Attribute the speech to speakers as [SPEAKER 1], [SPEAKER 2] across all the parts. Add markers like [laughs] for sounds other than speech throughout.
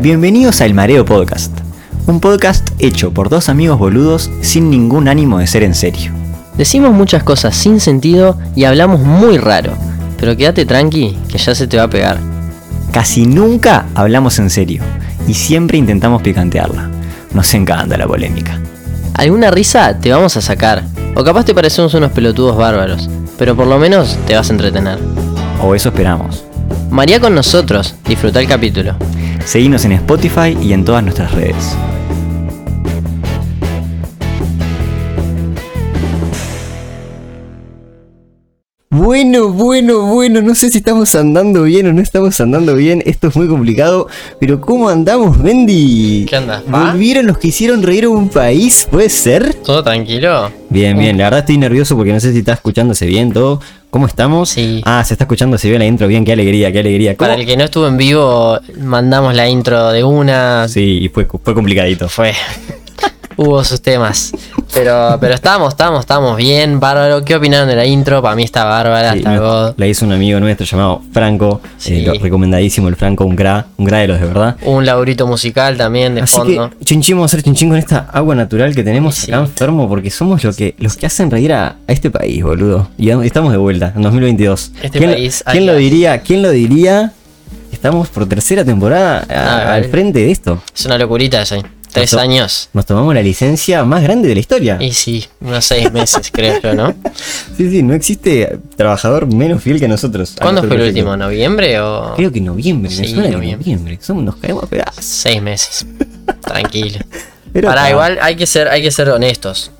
[SPEAKER 1] Bienvenidos a El Mareo Podcast, un podcast hecho por dos amigos boludos sin ningún ánimo de ser en serio.
[SPEAKER 2] Decimos muchas cosas sin sentido y hablamos muy raro, pero quédate tranqui que ya se te va a pegar.
[SPEAKER 1] Casi nunca hablamos en serio y siempre intentamos picantearla. Nos encanta la polémica.
[SPEAKER 2] Alguna risa te vamos a sacar, o capaz te parecemos unos pelotudos bárbaros, pero por lo menos te vas a entretener.
[SPEAKER 1] O eso esperamos.
[SPEAKER 2] María con nosotros, disfruta el capítulo.
[SPEAKER 1] Seguinos en Spotify y en todas nuestras redes.
[SPEAKER 3] Bueno, bueno, bueno, no sé si estamos andando bien o no estamos andando bien, esto es muy complicado, pero ¿cómo andamos, Mendy?
[SPEAKER 2] ¿Qué ¿Ah? onda? ¿Va?
[SPEAKER 3] ¿Volvieron los que hicieron reír a un país? ¿Puede ser?
[SPEAKER 2] ¿Todo tranquilo?
[SPEAKER 1] Bien, bien, la verdad estoy nervioso porque no sé si está escuchándose bien todo. ¿Cómo estamos?
[SPEAKER 2] Sí.
[SPEAKER 1] Ah, se está escuchándose bien la intro, bien, qué alegría, qué alegría. ¿Cómo?
[SPEAKER 2] Para el que no estuvo en vivo, mandamos la intro de una.
[SPEAKER 1] Sí, y fue, fue complicadito.
[SPEAKER 2] Fue. [laughs] Hubo sus temas. Pero, pero estamos, estamos, estamos bien, bárbaro. ¿Qué opinaron de la intro? Para mí está bárbara,
[SPEAKER 1] Sí,
[SPEAKER 2] está
[SPEAKER 1] no-
[SPEAKER 2] God.
[SPEAKER 1] la hizo un amigo nuestro llamado Franco,
[SPEAKER 2] Sí.
[SPEAKER 1] eh, lo- recomendadísimo el Franco, un gra, un gra de los de verdad.
[SPEAKER 2] Un laurito musical también de
[SPEAKER 1] Así
[SPEAKER 2] fondo.
[SPEAKER 1] que chinchín, vamos a hacer chinchín con esta agua natural que tenemos
[SPEAKER 2] Sí.
[SPEAKER 1] acá enfermo porque somos lo que, los que hacen reír a, a este país, boludo. Y am- estamos de vuelta en 2022.
[SPEAKER 2] Este
[SPEAKER 1] ¿Quién,
[SPEAKER 2] país,
[SPEAKER 1] ¿quién lo
[SPEAKER 2] ahí va.
[SPEAKER 1] diría? ¿Quién lo diría? Estamos por tercera temporada a-
[SPEAKER 2] Ah,
[SPEAKER 1] al
[SPEAKER 2] eh.
[SPEAKER 1] frente de esto.
[SPEAKER 2] Es una locurita eso. Tres
[SPEAKER 1] Pasó.
[SPEAKER 2] años.
[SPEAKER 1] Nos tomamos la licencia más grande de la historia.
[SPEAKER 2] Y sí, unos seis meses, creo
[SPEAKER 1] [laughs]
[SPEAKER 2] yo, ¿no?
[SPEAKER 1] Sí, sí, no existe trabajador menos fiel que nosotros. a
[SPEAKER 2] ¿Cuándo
[SPEAKER 1] nuestro
[SPEAKER 2] fue el
[SPEAKER 1] proyecto.
[SPEAKER 2] último? ¿Noviembre o...?
[SPEAKER 1] Creo que noviembre, me
[SPEAKER 2] Sí,
[SPEAKER 1] suena que
[SPEAKER 2] noviembre.
[SPEAKER 1] noviembre. Somos, nos caemos a pedazos.
[SPEAKER 2] Seis
[SPEAKER 1] [laughs]
[SPEAKER 2] meses. Tranquilo.
[SPEAKER 1] Pero
[SPEAKER 2] Pará,
[SPEAKER 1] pará.
[SPEAKER 2] igual hay que, ser, hay que ser honestos.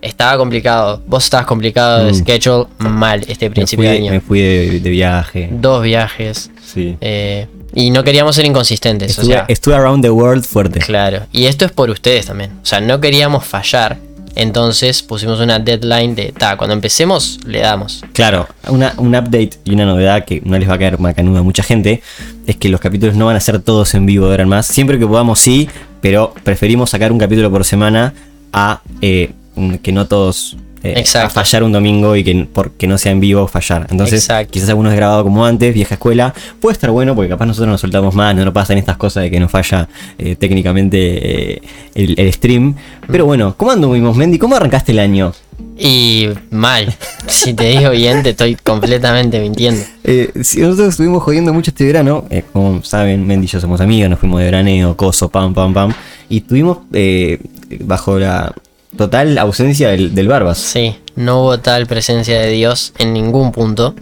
[SPEAKER 2] Estaba complicado. Vos estabas complicado de
[SPEAKER 1] Mm.
[SPEAKER 2] schedule mal este
[SPEAKER 1] Me
[SPEAKER 2] principio
[SPEAKER 1] fui,
[SPEAKER 2] de
[SPEAKER 1] me
[SPEAKER 2] año.
[SPEAKER 1] fui de, de viaje.
[SPEAKER 2] Dos viajes.
[SPEAKER 1] Sí.
[SPEAKER 2] eh, y no queríamos ser inconsistentes.
[SPEAKER 1] Estuve,
[SPEAKER 2] o sea,
[SPEAKER 1] estuve around the world fuerte.
[SPEAKER 2] [laughs] claro. Y esto es por ustedes también. O sea, no queríamos fallar. Entonces pusimos una deadline de... Ta, cuando empecemos, le damos.
[SPEAKER 1] Claro, una, un update y una novedad que no les va a caer macanuda a mucha gente es que los capítulos no van a ser todos en vivo de ahora en más. Siempre que podamos, sí, pero preferimos sacar un capítulo por semana a eh, mm, que no todos. eh,
[SPEAKER 2] Exacto.
[SPEAKER 1] a fallar un domingo y que n- porque no sea en vivo fallar. Entonces,
[SPEAKER 2] Exacto.
[SPEAKER 1] quizás algunos grabado como antes, vieja escuela. Puede estar bueno porque capaz nosotros nos soltamos más, no nos pasan estas cosas de que nos falla eh, técnicamente eh, el, el stream.
[SPEAKER 2] Mm.
[SPEAKER 1] Pero bueno, ¿cómo anduvimos, Mendy? ¿Cómo arrancaste el año?
[SPEAKER 2] Y mal. [laughs] Si te digo bien, te estoy completamente mintiendo.
[SPEAKER 1] Eh, sí, nosotros estuvimos jodiendo mucho este verano, eh, como saben, Mendy y yo somos amigos, nos fuimos de veraneo, coso, pam, pam, pam. Y estuvimos eh, bajo la total ausencia del, del Barbas.
[SPEAKER 2] Sí, no hubo tal presencia de Dios en ningún punto.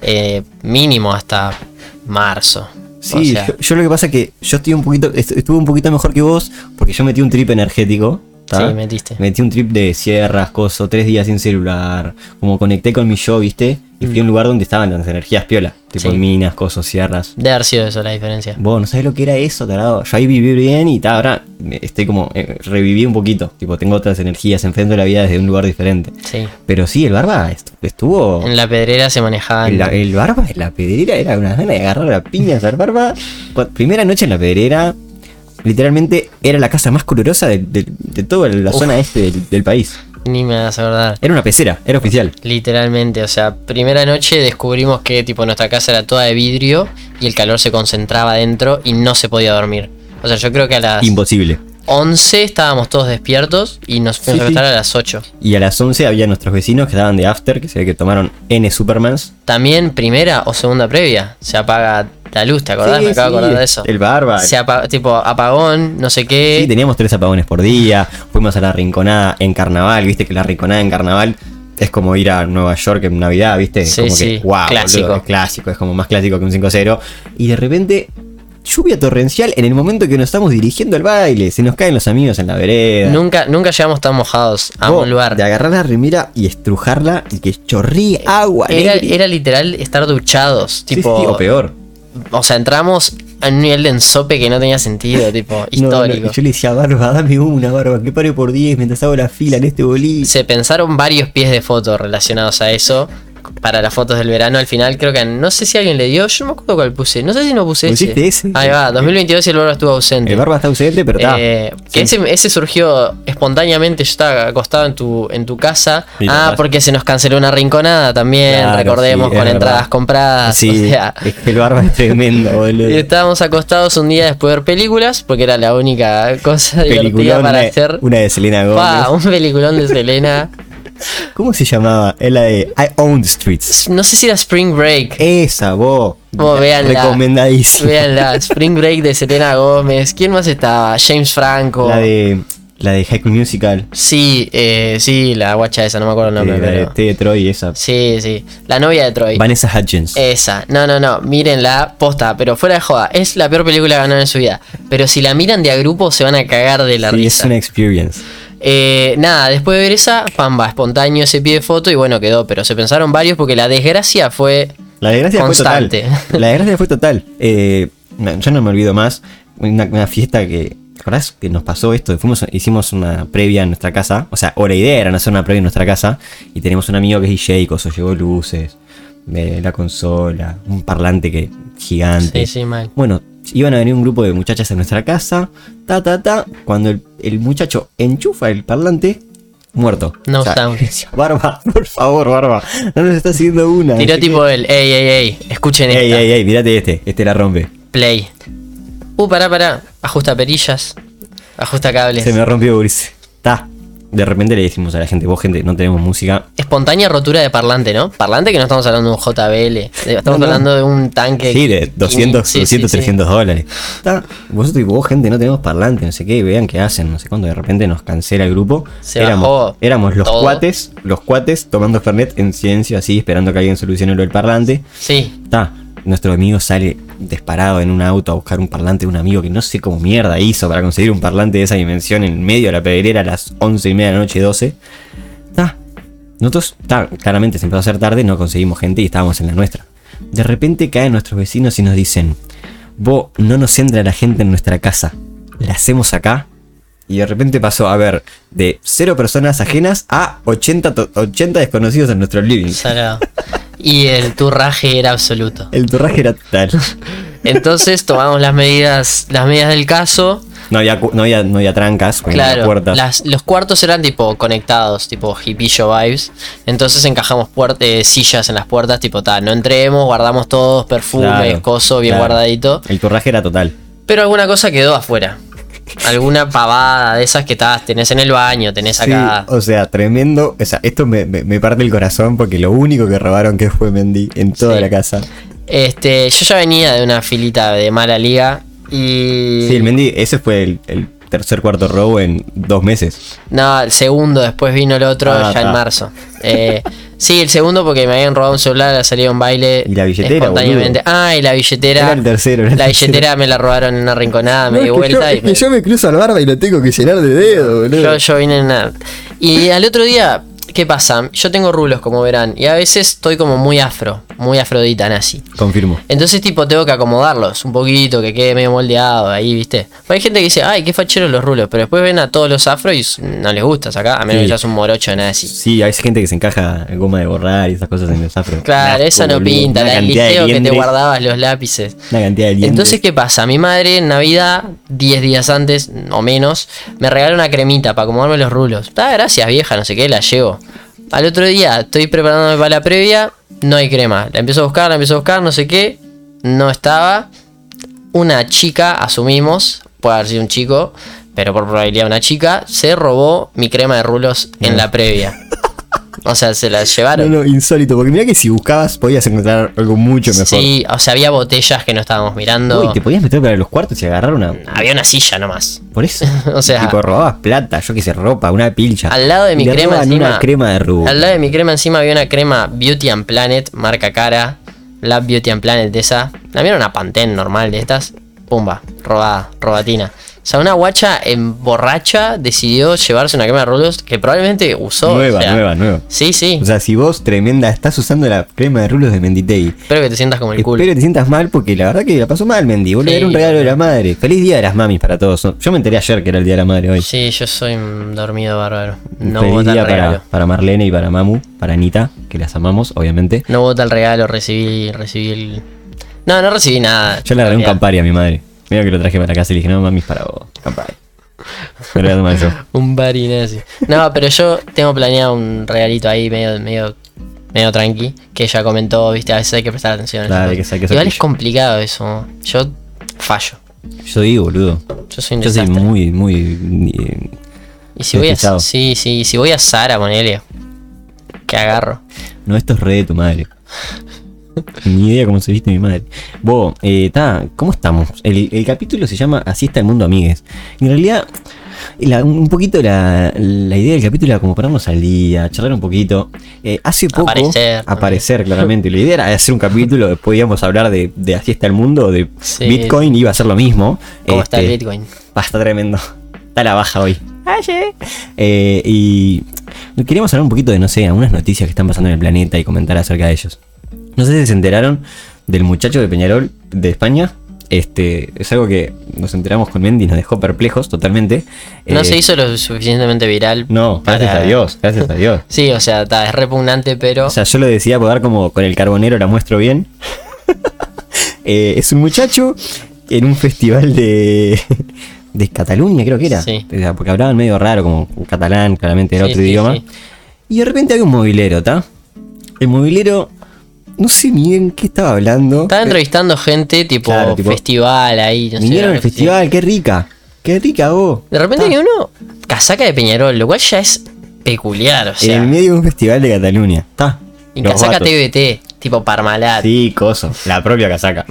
[SPEAKER 2] eh, mínimo hasta marzo.
[SPEAKER 1] Sí,
[SPEAKER 2] O sea,
[SPEAKER 1] yo, yo lo que pasa es que yo estoy un poquito, est- estuve un poquito mejor que vos, porque yo metí un trip energético. ¿tá?
[SPEAKER 2] Sí, metiste.
[SPEAKER 1] Metí un trip de sierras, coso, tres días sin celular. Como conecté con mi yo, viste. Y fui a un lugar donde estaban las energías piola. Tipo
[SPEAKER 2] Mm. Sí.
[SPEAKER 1] minas, cosos, sierras.
[SPEAKER 2] debe haber sido eso la diferencia.
[SPEAKER 1] Vos no sabés lo que era eso, tarado. Yo ahí viví bien y ta, ahora me- estoy como. eh, reviví un poquito. Tipo, tengo otras energías, enfrento la vida desde un lugar diferente.
[SPEAKER 2] Sí.
[SPEAKER 1] Pero sí, el barba est- estuvo.
[SPEAKER 2] En la pedrera se manejaba.
[SPEAKER 1] el, el barba en la pedrera era una gana de agarrar la piña al barba. Cu- Primera noche en la pedrera. Literalmente era la casa más colorosa de, de- de toda la zona este del, del país.
[SPEAKER 2] Ni me vas a acordar.
[SPEAKER 1] Era una pecera, era oficial.
[SPEAKER 2] Literalmente, o sea, primera noche descubrimos que tipo nuestra casa era toda de vidrio y el calor se concentraba adentro y no se podía dormir. O sea, yo creo que a las
[SPEAKER 1] Imposible.
[SPEAKER 2] 11 estábamos todos despiertos y nos fuimos
[SPEAKER 1] Sí,
[SPEAKER 2] a
[SPEAKER 1] sí.
[SPEAKER 2] acostar a las 8.
[SPEAKER 1] Y a las 11 había nuestros vecinos que estaban de after, que se ve que tomaron N Supermans.
[SPEAKER 2] También primera o segunda previa. Se apaga la luz, ¿te acordás?
[SPEAKER 1] Sí,
[SPEAKER 2] Me acabo de
[SPEAKER 1] sí,
[SPEAKER 2] acordar de eso.
[SPEAKER 1] El barba.
[SPEAKER 2] Se apa- tipo apagón, no sé qué.
[SPEAKER 1] Sí, teníamos tres apagones por día. Fuimos a la rinconada en carnaval. Viste que la rinconada en carnaval es como ir a Nueva York en Navidad, ¿viste?
[SPEAKER 2] Sí,
[SPEAKER 1] como
[SPEAKER 2] sí,
[SPEAKER 1] que, wow,
[SPEAKER 2] clásico.
[SPEAKER 1] boludo, es clásico, es como más clásico que un 5-0. Y de repente, lluvia torrencial en el momento que nos estamos dirigiendo al baile. Se nos caen los amigos en la vereda.
[SPEAKER 2] nunca, nunca llegamos tan mojados a
[SPEAKER 1] Vos,
[SPEAKER 2] un lugar.
[SPEAKER 1] De agarrar la remera y estrujarla y que chorríe agua.
[SPEAKER 2] Era,
[SPEAKER 1] negri.
[SPEAKER 2] era literal estar duchados.
[SPEAKER 1] Sí,
[SPEAKER 2] Tipo,
[SPEAKER 1] sí, o peor.
[SPEAKER 2] o sea, entramos a un nivel de ensope que no tenía
[SPEAKER 1] [laughs]
[SPEAKER 2] sentido, tipo,
[SPEAKER 1] No, no,
[SPEAKER 2] histórico.
[SPEAKER 1] yo le decía, barba, dame una barba, que pare por 10 mientras hago la fila en este bolí.
[SPEAKER 2] Se pensaron varios pies de foto relacionados a eso. para las fotos del verano al final, creo que no sé si alguien le dio, yo no me acuerdo cuál puse, no sé si no puse
[SPEAKER 1] ¿Pusiste
[SPEAKER 2] ese.
[SPEAKER 1] ese?
[SPEAKER 2] Ahí va, 2022 y el barba estuvo ausente.
[SPEAKER 1] El barba está ausente, pero está.
[SPEAKER 2] Eh, que ese, ese surgió espontáneamente, yo estaba acostado en tu, en tu casa.
[SPEAKER 1] Y la
[SPEAKER 2] ah,
[SPEAKER 1] paz.
[SPEAKER 2] porque se nos canceló una rinconada también,
[SPEAKER 1] Claro,
[SPEAKER 2] recordemos,
[SPEAKER 1] sí, es
[SPEAKER 2] con
[SPEAKER 1] verdad.
[SPEAKER 2] entradas compradas.
[SPEAKER 1] sí,
[SPEAKER 2] Ah, [laughs] o sea,
[SPEAKER 1] es que el barba es
[SPEAKER 2] [laughs]
[SPEAKER 1] tremendo, boludo.
[SPEAKER 2] y estábamos acostados un día después de ver películas, porque era la única cosa divertida
[SPEAKER 1] Peliculón,
[SPEAKER 2] para
[SPEAKER 1] una,
[SPEAKER 2] hacer.
[SPEAKER 1] una de Selena Gómez.
[SPEAKER 2] Pa, un peliculón de Selena.
[SPEAKER 1] ¿Cómo se llamaba? Es la de I Own the Streets.
[SPEAKER 2] No sé si era Spring Break.
[SPEAKER 1] Esa, vos.
[SPEAKER 2] Vos véanla.
[SPEAKER 1] Recomendadísima.
[SPEAKER 2] Veanla, Spring Break de Selena Gómez. ¿Quién más estaba? James Franco.
[SPEAKER 1] La de, la de High School Musical.
[SPEAKER 2] Sí, eh, sí, la guacha esa, no me acuerdo el nombre.
[SPEAKER 1] eh, la de
[SPEAKER 2] pero-
[SPEAKER 1] T de Troy, esa.
[SPEAKER 2] Sí, sí. La novia de Troy.
[SPEAKER 1] Vanessa Hudgens.
[SPEAKER 2] Esa. No, no, no. Mírenla, posta, pero fuera de joda. Es la peor película que ganó en su vida. Pero si la miran de a grupo, se van a cagar de la
[SPEAKER 1] Sí, es
[SPEAKER 2] risa.
[SPEAKER 1] una experience.
[SPEAKER 2] Eh, nada, después de ver esa, pamba, espontáneo ese pie de foto y bueno, quedó. Pero se pensaron varios porque la desgracia fue.
[SPEAKER 1] La desgracia
[SPEAKER 2] Constante.
[SPEAKER 1] fue total. [laughs] La desgracia fue total. Eh, no, yo no me olvido más. Una, una fiesta que. ¿Te acordás que nos pasó esto? Fuimos, hicimos una previa en nuestra casa. O sea, o la idea era hacer una previa en nuestra casa. Y tenemos un amigo que es DJ, coso, llevó luces, eh, la consola, un parlante que gigante.
[SPEAKER 2] Sí, sí, mal.
[SPEAKER 1] Bueno, iban a venir un grupo de muchachas a nuestra casa. Ta, ta, ta. Cuando el, el muchacho enchufa el parlante, muerto.
[SPEAKER 2] No
[SPEAKER 1] O sea, [laughs]
[SPEAKER 2] sound.
[SPEAKER 1] Barba, por favor, Barba. No nos está haciendo una. No
[SPEAKER 2] Tiró
[SPEAKER 1] sé
[SPEAKER 2] tipo el. Ey, ey, ey. Escuchen
[SPEAKER 1] Ey,
[SPEAKER 2] esta.
[SPEAKER 1] ey, ey, mirate este, este la rompe.
[SPEAKER 2] Play. Uh, pará, pará. Ajusta perillas. Ajusta cables.
[SPEAKER 1] Se me rompió Boris. Ta. De repente le decimos a la gente, vos gente, no tenemos música.
[SPEAKER 2] Espontánea rotura de parlante, ¿no? Parlante que no estamos hablando de un JBL. Estamos
[SPEAKER 1] No, no.
[SPEAKER 2] hablando de un tanque.
[SPEAKER 1] Sí, de 200,
[SPEAKER 2] Sí, sí,
[SPEAKER 1] 200,
[SPEAKER 2] sí.
[SPEAKER 1] 300 dólares. Ta. Vosotros y vos gente, no tenemos parlante, no sé qué, vean qué hacen, no sé cuándo. De repente nos cancela el grupo.
[SPEAKER 2] Se
[SPEAKER 1] éramos,
[SPEAKER 2] bajó
[SPEAKER 1] éramos los
[SPEAKER 2] todo.
[SPEAKER 1] cuates, los cuates tomando Fernet en silencio así, esperando que alguien solucione lo del parlante.
[SPEAKER 2] Sí.
[SPEAKER 1] Ta. Nuestro amigo sale disparado en un auto a buscar un parlante de un amigo que no sé cómo mierda hizo para conseguir un parlante de esa dimensión en medio de la pedrera a las 11 y media de la noche, 12. Ta. Nosotros, ta, claramente se empezó a hacer tarde, no conseguimos gente y estábamos en la nuestra. De repente caen nuestros vecinos y nos dicen: Vos, no nos entra la gente en nuestra casa, la hacemos acá. Y de repente pasó a ver de cero personas ajenas a 80, to- 80 desconocidos en nuestro living.
[SPEAKER 2] Salado. Y el turraje era absoluto.
[SPEAKER 1] El torraje era total.
[SPEAKER 2] Entonces tomamos las medidas, las medidas del caso.
[SPEAKER 1] No había, cu- no había, no había trancas, pues, no había
[SPEAKER 2] Claro,
[SPEAKER 1] puertas.
[SPEAKER 2] las- los cuartos eran tipo conectados, tipo hippillo vibes. Entonces encajamos puer- eh, sillas en las puertas, tipo tal, no entremos, guardamos todos, perfumes,
[SPEAKER 1] Claro,
[SPEAKER 2] coso, bien
[SPEAKER 1] claro.
[SPEAKER 2] guardadito.
[SPEAKER 1] El torraje era total.
[SPEAKER 2] Pero alguna cosa quedó afuera. Alguna pavada de esas que estás, tenés en el baño, tenés acá.
[SPEAKER 1] o sea, tremendo. O sea, esto me, me- me parte el corazón porque lo único que robaron que fue Mendy en toda
[SPEAKER 2] Sí.
[SPEAKER 1] la casa.
[SPEAKER 2] Este, yo ya venía de una filita de mala liga y.
[SPEAKER 1] Sí, el Mendy, ese fue el, el tercer cuarto robo en dos meses.
[SPEAKER 2] No, el segundo, después vino el otro
[SPEAKER 1] Ah,
[SPEAKER 2] ya en
[SPEAKER 1] ta.
[SPEAKER 2] marzo.
[SPEAKER 1] [laughs]
[SPEAKER 2] Eh, sí, el segundo porque me habían robado un celular, la salida de un baile.
[SPEAKER 1] Y la billetera,
[SPEAKER 2] espontáneamente. Ah, y la billetera.
[SPEAKER 1] Era el tercero, era el
[SPEAKER 2] la
[SPEAKER 1] tercero.
[SPEAKER 2] billetera me la robaron en una rinconada, Ah, me di
[SPEAKER 3] No, es que yo,
[SPEAKER 2] vuelta y
[SPEAKER 3] es que
[SPEAKER 2] me-
[SPEAKER 3] yo me cruzo al barba y lo tengo que llenar de dedo, boludo.
[SPEAKER 2] yo, yo vine en una. Y al otro día, ¿qué pasa? Yo tengo rulos, como verán, y a veces estoy como muy afro, muy afrodita nazi.
[SPEAKER 1] Confirmo.
[SPEAKER 2] Entonces, tipo, tengo que acomodarlos un poquito, que quede medio moldeado ahí, ¿viste? Porque hay gente que dice, ay, qué facheros los rulos, pero después ven a todos los afro y s- no les gusta acá, a menos
[SPEAKER 1] Sí.
[SPEAKER 2] que seas un morocho de nazi.
[SPEAKER 1] Sí, hay gente que se encaja en goma de borrar y esas cosas en el zafro.
[SPEAKER 2] Claro,
[SPEAKER 1] Un asco,
[SPEAKER 2] esa no
[SPEAKER 1] boludo.
[SPEAKER 2] pinta,
[SPEAKER 1] Una
[SPEAKER 2] la del
[SPEAKER 1] cantidad de
[SPEAKER 2] listeo que te
[SPEAKER 1] liendres,
[SPEAKER 2] guardabas los lápices.
[SPEAKER 1] Una cantidad de liendres.
[SPEAKER 2] Entonces, ¿qué pasa? Mi madre en Navidad, 10 días antes o menos, me regaló una cremita para acomodarme los rulos. Ah, gracias vieja, no sé qué, la llevo. Al otro día estoy preparándome para la previa, no hay crema. La empiezo a buscar, la empiezo a buscar, no sé qué, no estaba. Una chica, asumimos, puede haber sido un chico, pero por probabilidad una chica, se robó mi crema de rulos
[SPEAKER 1] Mm.
[SPEAKER 2] en la
[SPEAKER 1] [laughs]
[SPEAKER 2] previa. O sea, se la
[SPEAKER 1] No,
[SPEAKER 2] llevaron.
[SPEAKER 1] no, insólito. Porque mirá que si buscabas podías encontrar algo mucho mejor.
[SPEAKER 2] sí, o sea, había botellas que no estábamos mirando.
[SPEAKER 1] Uy, te podías meter para los cuartos y agarrar una.
[SPEAKER 2] Había una silla nomás. [laughs]
[SPEAKER 1] Por eso.
[SPEAKER 2] O sea-
[SPEAKER 1] tipo, robabas plata, yo que sé, ropa, una pilcha.
[SPEAKER 2] Al lado de mi
[SPEAKER 1] Le
[SPEAKER 2] crema
[SPEAKER 1] roban
[SPEAKER 2] encima.
[SPEAKER 1] una crema de rubro.
[SPEAKER 2] Al lado de mi crema encima había una crema Beauty and Planet, marca cara. Lab Beauty and Planet de esa. La mía era una Pantene normal de estas. Pumba, robada, robatina. O sea, una guacha en borracha decidió llevarse una cámara de rulos que probablemente usó. o
[SPEAKER 1] nueva,
[SPEAKER 2] sea,
[SPEAKER 1] nueva, nueva.
[SPEAKER 2] Sí, sí.
[SPEAKER 1] O sea, si vos, tremenda, estás usando la crema de rulos de Menditei,
[SPEAKER 2] Espero que te sientas como el
[SPEAKER 1] espero
[SPEAKER 2] culo.
[SPEAKER 1] que te sientas mal porque la verdad que la pasó mal, Mendy. Boludo,
[SPEAKER 2] Sí.
[SPEAKER 1] era un regalo de la madre. Feliz día de las mamis para todos. ¿no? Yo me enteré ayer que era el día de la madre hoy.
[SPEAKER 2] Sí, yo soy un dormido bárbaro. No
[SPEAKER 1] Feliz
[SPEAKER 2] vota
[SPEAKER 1] día
[SPEAKER 2] el
[SPEAKER 1] para,
[SPEAKER 2] regalo.
[SPEAKER 1] para Marlene y para Mamu, para Anita, que las amamos, obviamente.
[SPEAKER 2] No vota el regalo, recibí, recibí el. No, no recibí nada.
[SPEAKER 1] Yo le regalé un
[SPEAKER 2] Realidad.
[SPEAKER 1] Campari a mi madre. Mira que lo traje para casa y le dije, no, mami, es para vos. Campari. Me lo voy a tomar yo.
[SPEAKER 2] Un barinazo. No, pero yo tengo planeado un regalito ahí medio, medio, medio tranqui, que ella comentó, viste, a veces hay que prestar atención. a esas
[SPEAKER 1] Claro, hay que
[SPEAKER 2] cosas.
[SPEAKER 1] ser- hay que ser
[SPEAKER 2] Igual es
[SPEAKER 1] pillo.
[SPEAKER 2] complicado eso. Yo fallo.
[SPEAKER 1] Yo digo, boludo.
[SPEAKER 2] Yo soy un
[SPEAKER 1] Yo soy
[SPEAKER 2] desastre.
[SPEAKER 1] muy, muy. eh,
[SPEAKER 2] y si voy a
[SPEAKER 1] despistado.
[SPEAKER 2] sí, sí, y si voy a Sara, ponele. Que agarro.
[SPEAKER 1] No, esto es re de tu madre. Ni idea cómo se viste mi madre. Vos, eh, ta, ¿cómo estamos? El, el capítulo se llama Así está el mundo, amigues. En realidad, la- un poquito la, la idea del capítulo era como ponernos al día, charlar un poquito. Eh, hace poco.
[SPEAKER 2] Aparecer también.
[SPEAKER 1] Aparecer, claramente. La idea era hacer un capítulo, después íbamos a hablar de, de Así está el mundo, de
[SPEAKER 2] Sí.
[SPEAKER 1] Bitcoin, iba a ser lo mismo.
[SPEAKER 2] ¿Cómo está el
[SPEAKER 1] Este,
[SPEAKER 2] Bitcoin?
[SPEAKER 1] Ah, está tremendo. Está la baja hoy. Eh, y queríamos hablar un poquito de, no sé, algunas noticias que están pasando en el planeta y comentar acerca de ellos. No sé si se enteraron del muchacho de Peñarol de España. Este, es algo que nos enteramos con Mendy y nos dejó perplejos totalmente.
[SPEAKER 2] No
[SPEAKER 1] Eh,
[SPEAKER 2] se hizo lo suficientemente viral.
[SPEAKER 1] No, gracias
[SPEAKER 2] para-
[SPEAKER 1] a Dios, gracias a Dios.
[SPEAKER 2] Sí, o sea, ta, es repugnante, pero.
[SPEAKER 1] O sea, yo lo decía por dar como con el carbonero la
[SPEAKER 2] [laughs]
[SPEAKER 1] muestro bien. Eh, es un muchacho en un festival de. de Cataluña, creo que era.
[SPEAKER 2] Sí.
[SPEAKER 1] O sea, porque hablaban medio raro, como catalán, claramente era
[SPEAKER 2] Sí,
[SPEAKER 1] otro
[SPEAKER 2] sí,
[SPEAKER 1] idioma.
[SPEAKER 2] sí.
[SPEAKER 1] Y de repente había un mobilero, ¿está? El mobilero. No sé ni bien qué estaba hablando.
[SPEAKER 2] estaba entrevistando gente tipo,
[SPEAKER 1] Claro, tipo,
[SPEAKER 2] festival ahí. No sé,
[SPEAKER 1] Vinieron al
[SPEAKER 2] algo así.
[SPEAKER 1] festival, Ah. qué rica. Qué rica vos.
[SPEAKER 2] De repente
[SPEAKER 1] Ta.
[SPEAKER 2] que uno casaca de Peñarol, lo cual ya es peculiar, o sea.
[SPEAKER 1] en el medio de un festival de Cataluña. Está.
[SPEAKER 2] y casaca TBT, tipo Parmalat.
[SPEAKER 1] Sí, coso. La propia casaca.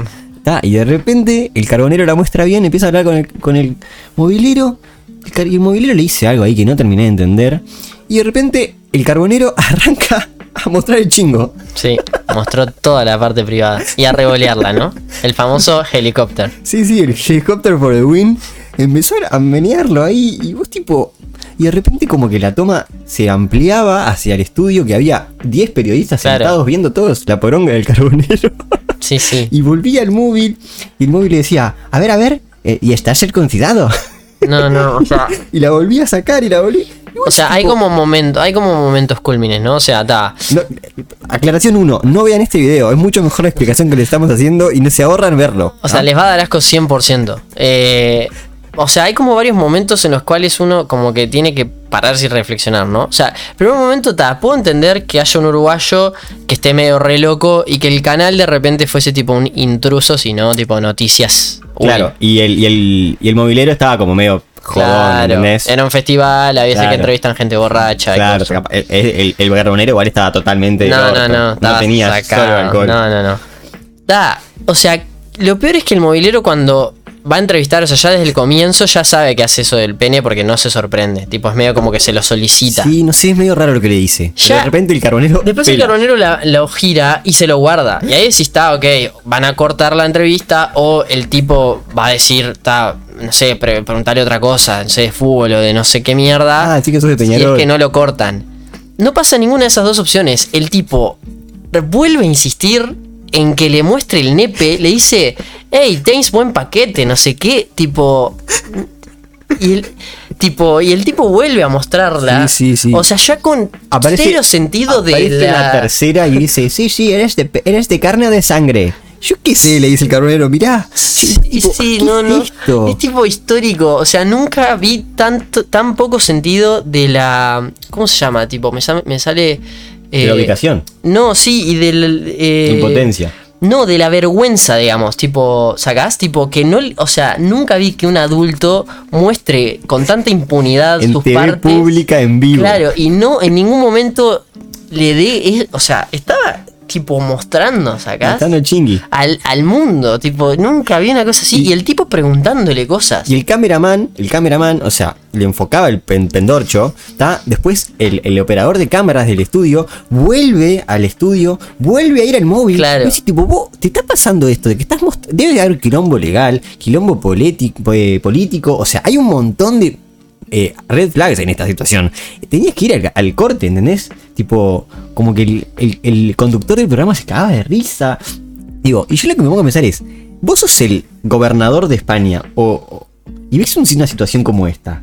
[SPEAKER 1] Ta, y de repente el carbonero la muestra bien, empieza a hablar con el, con el mobilero. El, car- y el mobilero le dice algo ahí que no terminé de entender. Y de repente el carbonero [laughs] arranca a mostrar el chingo.
[SPEAKER 2] Sí, mostró toda la parte privada. Y a revolearla, ¿no? El famoso helicóptero.
[SPEAKER 1] Sí, sí, el helicóptero for the win. Empezó a menearlo ahí y vos tipo... Y de repente como que la toma se ampliaba hacia el estudio que había 10 periodistas
[SPEAKER 2] Claro.
[SPEAKER 1] sentados viendo todos la poronga del carbonero. [laughs]
[SPEAKER 2] Sí, sí.
[SPEAKER 1] Y volvía al móvil y el móvil le decía, a ver, a ver, eh, ¿y estás circuncidado?
[SPEAKER 2] No, no, o sea.
[SPEAKER 1] [laughs] y la volvía a sacar y la volvía... y vos
[SPEAKER 2] O sea, hay
[SPEAKER 1] tipo-
[SPEAKER 2] como momentos, hay como momentos culmines, ¿no? O sea, está.
[SPEAKER 1] No, eh, aclaración 1, no vean este video, es mucho mejor la explicación que le estamos haciendo y no se ahorran verlo.
[SPEAKER 2] O sea,
[SPEAKER 1] ¿no?
[SPEAKER 2] les va a dar asco 100%. Eh, o sea, hay como varios momentos en los cuales uno como que tiene que pararse y reflexionar, ¿no? O sea, primer momento, ta, puedo entender que haya un uruguayo que esté medio re loco y que el canal de repente fuese tipo un intruso, sino tipo noticias. Uy,
[SPEAKER 1] Claro, y el, y, el, y el mobilero estaba como medio jodón,
[SPEAKER 2] claro.
[SPEAKER 1] ¿entendés?
[SPEAKER 2] Era un festival, a veces
[SPEAKER 1] Claro.
[SPEAKER 2] que entrevistan gente borracha. y
[SPEAKER 1] Claro,
[SPEAKER 2] cosas.
[SPEAKER 1] capaz- el, el, el carbonero igual estaba totalmente.
[SPEAKER 2] No,
[SPEAKER 1] orto.
[SPEAKER 2] no, no.
[SPEAKER 1] No
[SPEAKER 2] estaba
[SPEAKER 1] tenía
[SPEAKER 2] sacado.
[SPEAKER 1] solo alcohol.
[SPEAKER 2] No, no, no. Da, o sea, lo peor es que el mobilero cuando va a entrevistar, o sea, ya desde el comienzo ya sabe que hace eso del pene porque no se sorprende. Tipo, es medio como que se lo solicita.
[SPEAKER 1] Sí, no sé, es medio raro lo que le dice. Pero
[SPEAKER 2] Ya-
[SPEAKER 1] de repente el carbonero.
[SPEAKER 2] Después el
[SPEAKER 1] pela.
[SPEAKER 2] carbonero la- lo gira y se lo guarda. Y ahí sí está, ok, van a cortar la entrevista o el tipo va a decir, está, no sé, pre- preguntarle otra cosa, no sé, de fútbol o de no sé qué mierda.
[SPEAKER 1] Ah, sí que sos de
[SPEAKER 2] Si es
[SPEAKER 1] Peñarol.
[SPEAKER 2] que no lo cortan. No pasa ninguna de esas dos opciones. El tipo vuelve a insistir en que le muestre el nepe, le dice, hey, tenés buen paquete, no sé qué, tipo... Y el, tipo, y el tipo vuelve a mostrarla.
[SPEAKER 1] Sí, sí, sí.
[SPEAKER 2] O sea, ya con
[SPEAKER 1] Aparece-
[SPEAKER 2] cero sentido de
[SPEAKER 1] aparece
[SPEAKER 2] la...
[SPEAKER 1] tercera y dice: Sí, sí, eres de, pe- eres de carne o de sangre. Yo qué sé, le dice el carbonero. Mirá.
[SPEAKER 2] Sí,
[SPEAKER 1] Tipo,
[SPEAKER 2] sí,
[SPEAKER 1] ¿qué
[SPEAKER 2] no,
[SPEAKER 1] es
[SPEAKER 2] no.
[SPEAKER 1] esto?
[SPEAKER 2] Es tipo histórico. O sea, nunca vi tanto, tan poco sentido de la. ¿Cómo se llama? Tipo, me, sa- me sale.
[SPEAKER 1] De
[SPEAKER 2] eh,
[SPEAKER 1] la ubicación.
[SPEAKER 2] No, sí, y del. eh,
[SPEAKER 1] Impotencia.
[SPEAKER 2] No, de la vergüenza, digamos. Tipo, ¿sacás? Tipo, que no. O sea, nunca vi que un adulto muestre con tanta impunidad
[SPEAKER 1] En
[SPEAKER 2] sus
[SPEAKER 1] TV
[SPEAKER 2] partes.
[SPEAKER 1] pública en vivo.
[SPEAKER 2] Claro, y no en ningún momento le dé. es- o sea, estaba tipo mostrarnos acá
[SPEAKER 1] Matando chingui.
[SPEAKER 2] al, al mundo. Tipo, nunca había una cosa así. Y, el tipo preguntándole cosas.
[SPEAKER 1] Y el cameraman, el cameraman, o sea, le enfocaba el pen- pendorcho, ¿tá? Después el, el operador de cámaras del estudio vuelve al estudio, vuelve a ir al móvil.
[SPEAKER 2] Claro.
[SPEAKER 1] Y dice, tipo, vos, te está pasando esto, de que estás most- debe haber quilombo legal, quilombo politi- eh, político, o sea, hay un montón de eh, red flags en esta situación. Tenías que ir al, al corte, ¿entendés? Tipo, como que el, el- el conductor del programa se cagaba de risa. Digo, y yo lo que me pongo a pensar es, vos sos el gobernador de España o, o- y ves un- una situación como esta.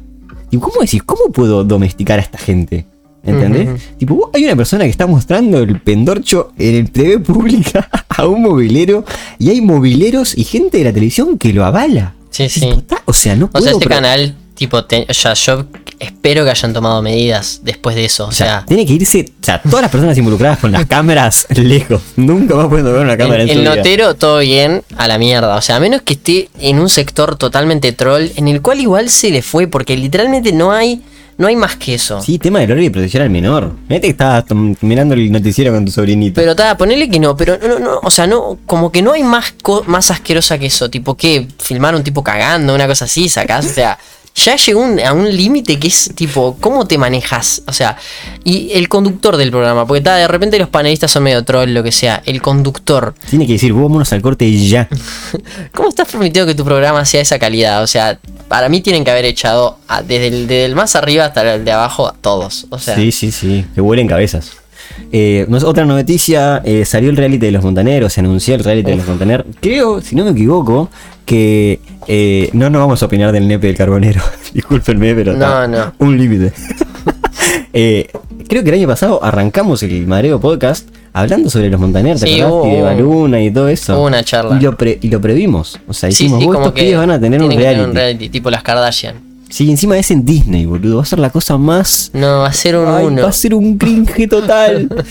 [SPEAKER 1] ¿Y cómo decís, cómo puedo domesticar a esta gente? ¿Entendés? Mm. Tipo, vos- hay una persona que está mostrando el pendorcho en el TV pública [laughs] a un mobilero y hay mobileros y gente de la televisión que lo avala.
[SPEAKER 2] Sí, sí.
[SPEAKER 1] Tipo, ta- O sea, no
[SPEAKER 2] O
[SPEAKER 1] puedo...
[SPEAKER 2] sea, este
[SPEAKER 1] pro-
[SPEAKER 2] canal, tipo, te- o sea, yo espero que hayan tomado medidas después de eso. O
[SPEAKER 1] O sea,
[SPEAKER 2] sea,
[SPEAKER 1] tiene que irse, o sea, todas las personas involucradas con las cámaras [laughs] lejos. Nunca más pueden tocar una
[SPEAKER 2] el,
[SPEAKER 1] cámara en,
[SPEAKER 2] el
[SPEAKER 1] su vida.
[SPEAKER 2] notero, todo bien, a la mierda. O sea, a menos que esté en un sector totalmente troll, en el cual igual se le fue, porque literalmente no hay, no hay más que eso.
[SPEAKER 1] Sí, tema del horario de protección al menor. Mete que estabas tom- mirando el noticiero con tu sobrinito.
[SPEAKER 2] Pero ta, ponele que no, pero no, no, o sea, no, como que no hay más co- más asquerosa que eso, tipo que filmar un tipo cagando, una cosa así, sacás, o sea, ya llegó un- a un límite que es tipo, ¿cómo te manejas? O sea, y el conductor del programa, porque ta, de repente los panelistas son medio troll, lo que sea, el conductor,
[SPEAKER 1] Tiene que decir, vos vámonos al corte ya.
[SPEAKER 2] ¿cómo estás permitiendo que tu programa sea de esa calidad? O sea, para mí tienen que haber echado a- desde, el, desde el más arriba hasta el de abajo a todos, o sea,
[SPEAKER 1] Sí, sí, sí, que huelen cabezas. Eh, nos- otra noticia, eh, salió el reality de los montaneros, se anunció el reality de los montaneros. Creo, si no me equivoco, que eh, no nos vamos a opinar del nepe del carbonero. [laughs] Discúlpenme, pero...
[SPEAKER 2] No,
[SPEAKER 1] ta,
[SPEAKER 2] no.
[SPEAKER 1] Un límite. [laughs] Eh, creo que el año pasado arrancamos el Mareo Podcast hablando sobre los montaneros, ¿te
[SPEAKER 2] Sí,
[SPEAKER 1] acordás?
[SPEAKER 2] hubo-
[SPEAKER 1] y de
[SPEAKER 2] hubo-
[SPEAKER 1] Baluna y todo eso.
[SPEAKER 2] hubo una charla.
[SPEAKER 1] Y lo, pre- y lo previmos. O sea,
[SPEAKER 2] sí,
[SPEAKER 1] dijimos,
[SPEAKER 2] sí,
[SPEAKER 1] vos estos pibes van a tener un
[SPEAKER 2] tienen que
[SPEAKER 1] reality.
[SPEAKER 2] tipo las Kardashian.
[SPEAKER 1] Sí, encima es en Disney, boludo. Va a ser la cosa más...
[SPEAKER 2] No, va a ser un
[SPEAKER 1] Ay,
[SPEAKER 2] uno.
[SPEAKER 1] Va a ser un cringe [laughs] total. Estoy,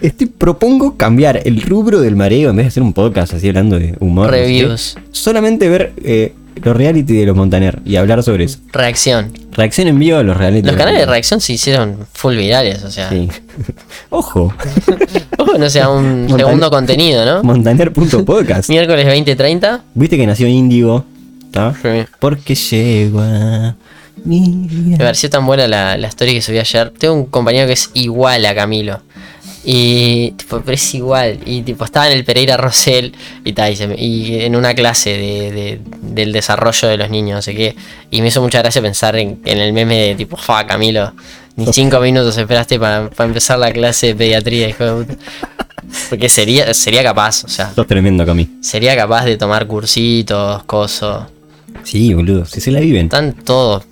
[SPEAKER 1] Este, propongo cambiar el rubro del mareo en vez de hacer un podcast así hablando de humor. no sé qué,
[SPEAKER 2] Reviews.
[SPEAKER 1] solamente ver eh, los reality de los Montaner y hablar sobre eso.
[SPEAKER 2] Reacción.
[SPEAKER 1] Reacción en vivo a los reality.
[SPEAKER 2] Los
[SPEAKER 1] de
[SPEAKER 2] canales de
[SPEAKER 1] Montaner.
[SPEAKER 2] reacción se hicieron full virales, o sea. [laughs]
[SPEAKER 1] Sí. [laughs] Ojo,
[SPEAKER 2] Ojo, no sea un
[SPEAKER 1] Montaner.
[SPEAKER 2] segundo contenido, ¿no?
[SPEAKER 1] montaner.podcast.
[SPEAKER 2] Miércoles 20.30.
[SPEAKER 1] Viste que nació Índigo. ¿tá?
[SPEAKER 2] Sí.
[SPEAKER 1] Porque llegó a mi vida.
[SPEAKER 2] Me pareció tan buena la, la story que subí ayer. Tengo un compañero que es igual a Camilo. Y tipo, pero es igual. Y tipo, estaba en el Pereira Rosell y tal. Y, se me- y en una clase de, de- del desarrollo de los niños, no sé qué. Y me hizo mucha gracia pensar en, en el meme de tipo, fa, Camilo. Ni cinco minutos esperaste para, para empezar la clase de pediatría, hijo de puta. Porque sería, sería capaz, o sea.
[SPEAKER 1] Sos tremendo, Cami.
[SPEAKER 2] Sería capaz de tomar cursitos, cosas.
[SPEAKER 1] Sí, boludo. Si se la viven.
[SPEAKER 2] Están todos.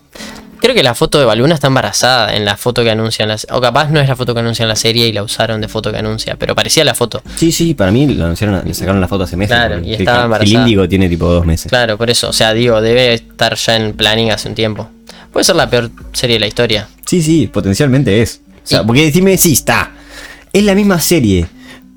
[SPEAKER 2] Creo que la foto de Baluna está embarazada en la foto que anuncian la se- O capaz no es la foto que anuncian la serie y la usaron de foto que anuncia, pero parecía la foto.
[SPEAKER 1] Sí, sí, para mí lo anunciaron, le sacaron la foto hace meses.
[SPEAKER 2] Claro,
[SPEAKER 1] boludo.
[SPEAKER 2] y
[SPEAKER 1] Sí,
[SPEAKER 2] estaba
[SPEAKER 1] el
[SPEAKER 2] embarazada.
[SPEAKER 1] Índigo tiene tipo dos meses.
[SPEAKER 2] Claro, por eso. O sea, digo, debe estar ya en planning hace un tiempo. Puede ser la peor serie de la historia.
[SPEAKER 1] Sí, sí, potencialmente es. O sea,
[SPEAKER 2] Y-
[SPEAKER 1] porque decime si está. Es la misma serie,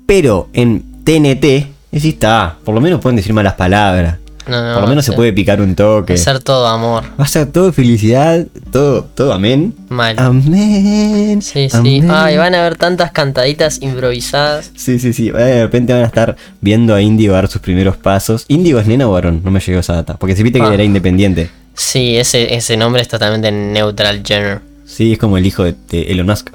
[SPEAKER 1] pero en TNT, decís está. Por lo menos pueden decir malas palabras.
[SPEAKER 2] No, no,
[SPEAKER 1] Por lo menos
[SPEAKER 2] Ah, sí.
[SPEAKER 1] se puede picar un toque.
[SPEAKER 2] Hacer todo amor.
[SPEAKER 1] Va a ser todo felicidad, todo, todo amén.
[SPEAKER 2] Mal.
[SPEAKER 1] Amén.
[SPEAKER 2] Sí, sí.
[SPEAKER 1] amén.
[SPEAKER 2] Ay, van a haber tantas cantaditas improvisadas.
[SPEAKER 1] Sí, sí, sí. Eh, De repente van a estar viendo a Indigo dar sus primeros pasos. ¿Indigo es nena o varón? No me llegó esa data. Porque se viste
[SPEAKER 2] Ah.
[SPEAKER 1] que era independiente.
[SPEAKER 2] Sí, ese, ese nombre es totalmente neutral gender.
[SPEAKER 1] Sí, es como el hijo de, de Elon Musk.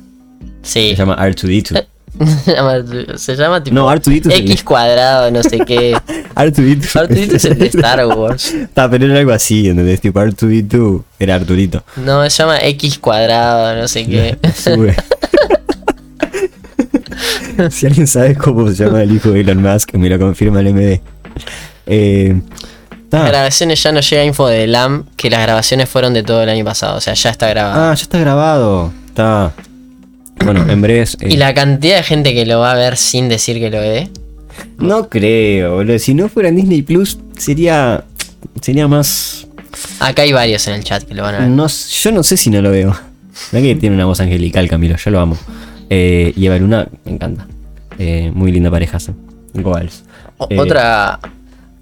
[SPEAKER 2] Sí.
[SPEAKER 1] Se llama R2D2.
[SPEAKER 2] [laughs] Se llama, se llama tipo
[SPEAKER 1] No, R2D2 es el-
[SPEAKER 2] X cuadrado, no sé
[SPEAKER 1] [laughs]
[SPEAKER 2] qué.
[SPEAKER 1] R2D2. [laughs]
[SPEAKER 2] Arturito es el de Star Wars.
[SPEAKER 1] Está, pero era algo así, ¿entendés? Tipo R2D2 era Arturito.
[SPEAKER 2] No, se llama X cuadrado, no sé
[SPEAKER 1] [laughs]
[SPEAKER 2] qué. [laughs]
[SPEAKER 1] Sube. si alguien sabe cómo se llama el hijo de Elon Musk, me lo confirma el MD. Eh,
[SPEAKER 2] Las
[SPEAKER 1] ta.
[SPEAKER 2] grabaciones ya no llega info de LAM, que las grabaciones fueron de todo el año pasado, o sea, ya está grabado.
[SPEAKER 1] Ah, ya está grabado. Está. Bueno, en breves. eh,
[SPEAKER 2] Y la cantidad de gente que lo va a ver sin decir que lo ve.
[SPEAKER 1] No creo, boludo. Si no fuera en Disney Plus, sería. Sería más.
[SPEAKER 2] Acá hay varios en el chat que lo van a ver.
[SPEAKER 1] No, s- yo no sé si no lo veo. Mirá que tiene una voz angelical, Camilo, yo lo amo. Eh, y Eva Luna, me encanta. Eh, muy linda pareja, son. Goals.
[SPEAKER 2] O-
[SPEAKER 1] Eh,
[SPEAKER 2] otra,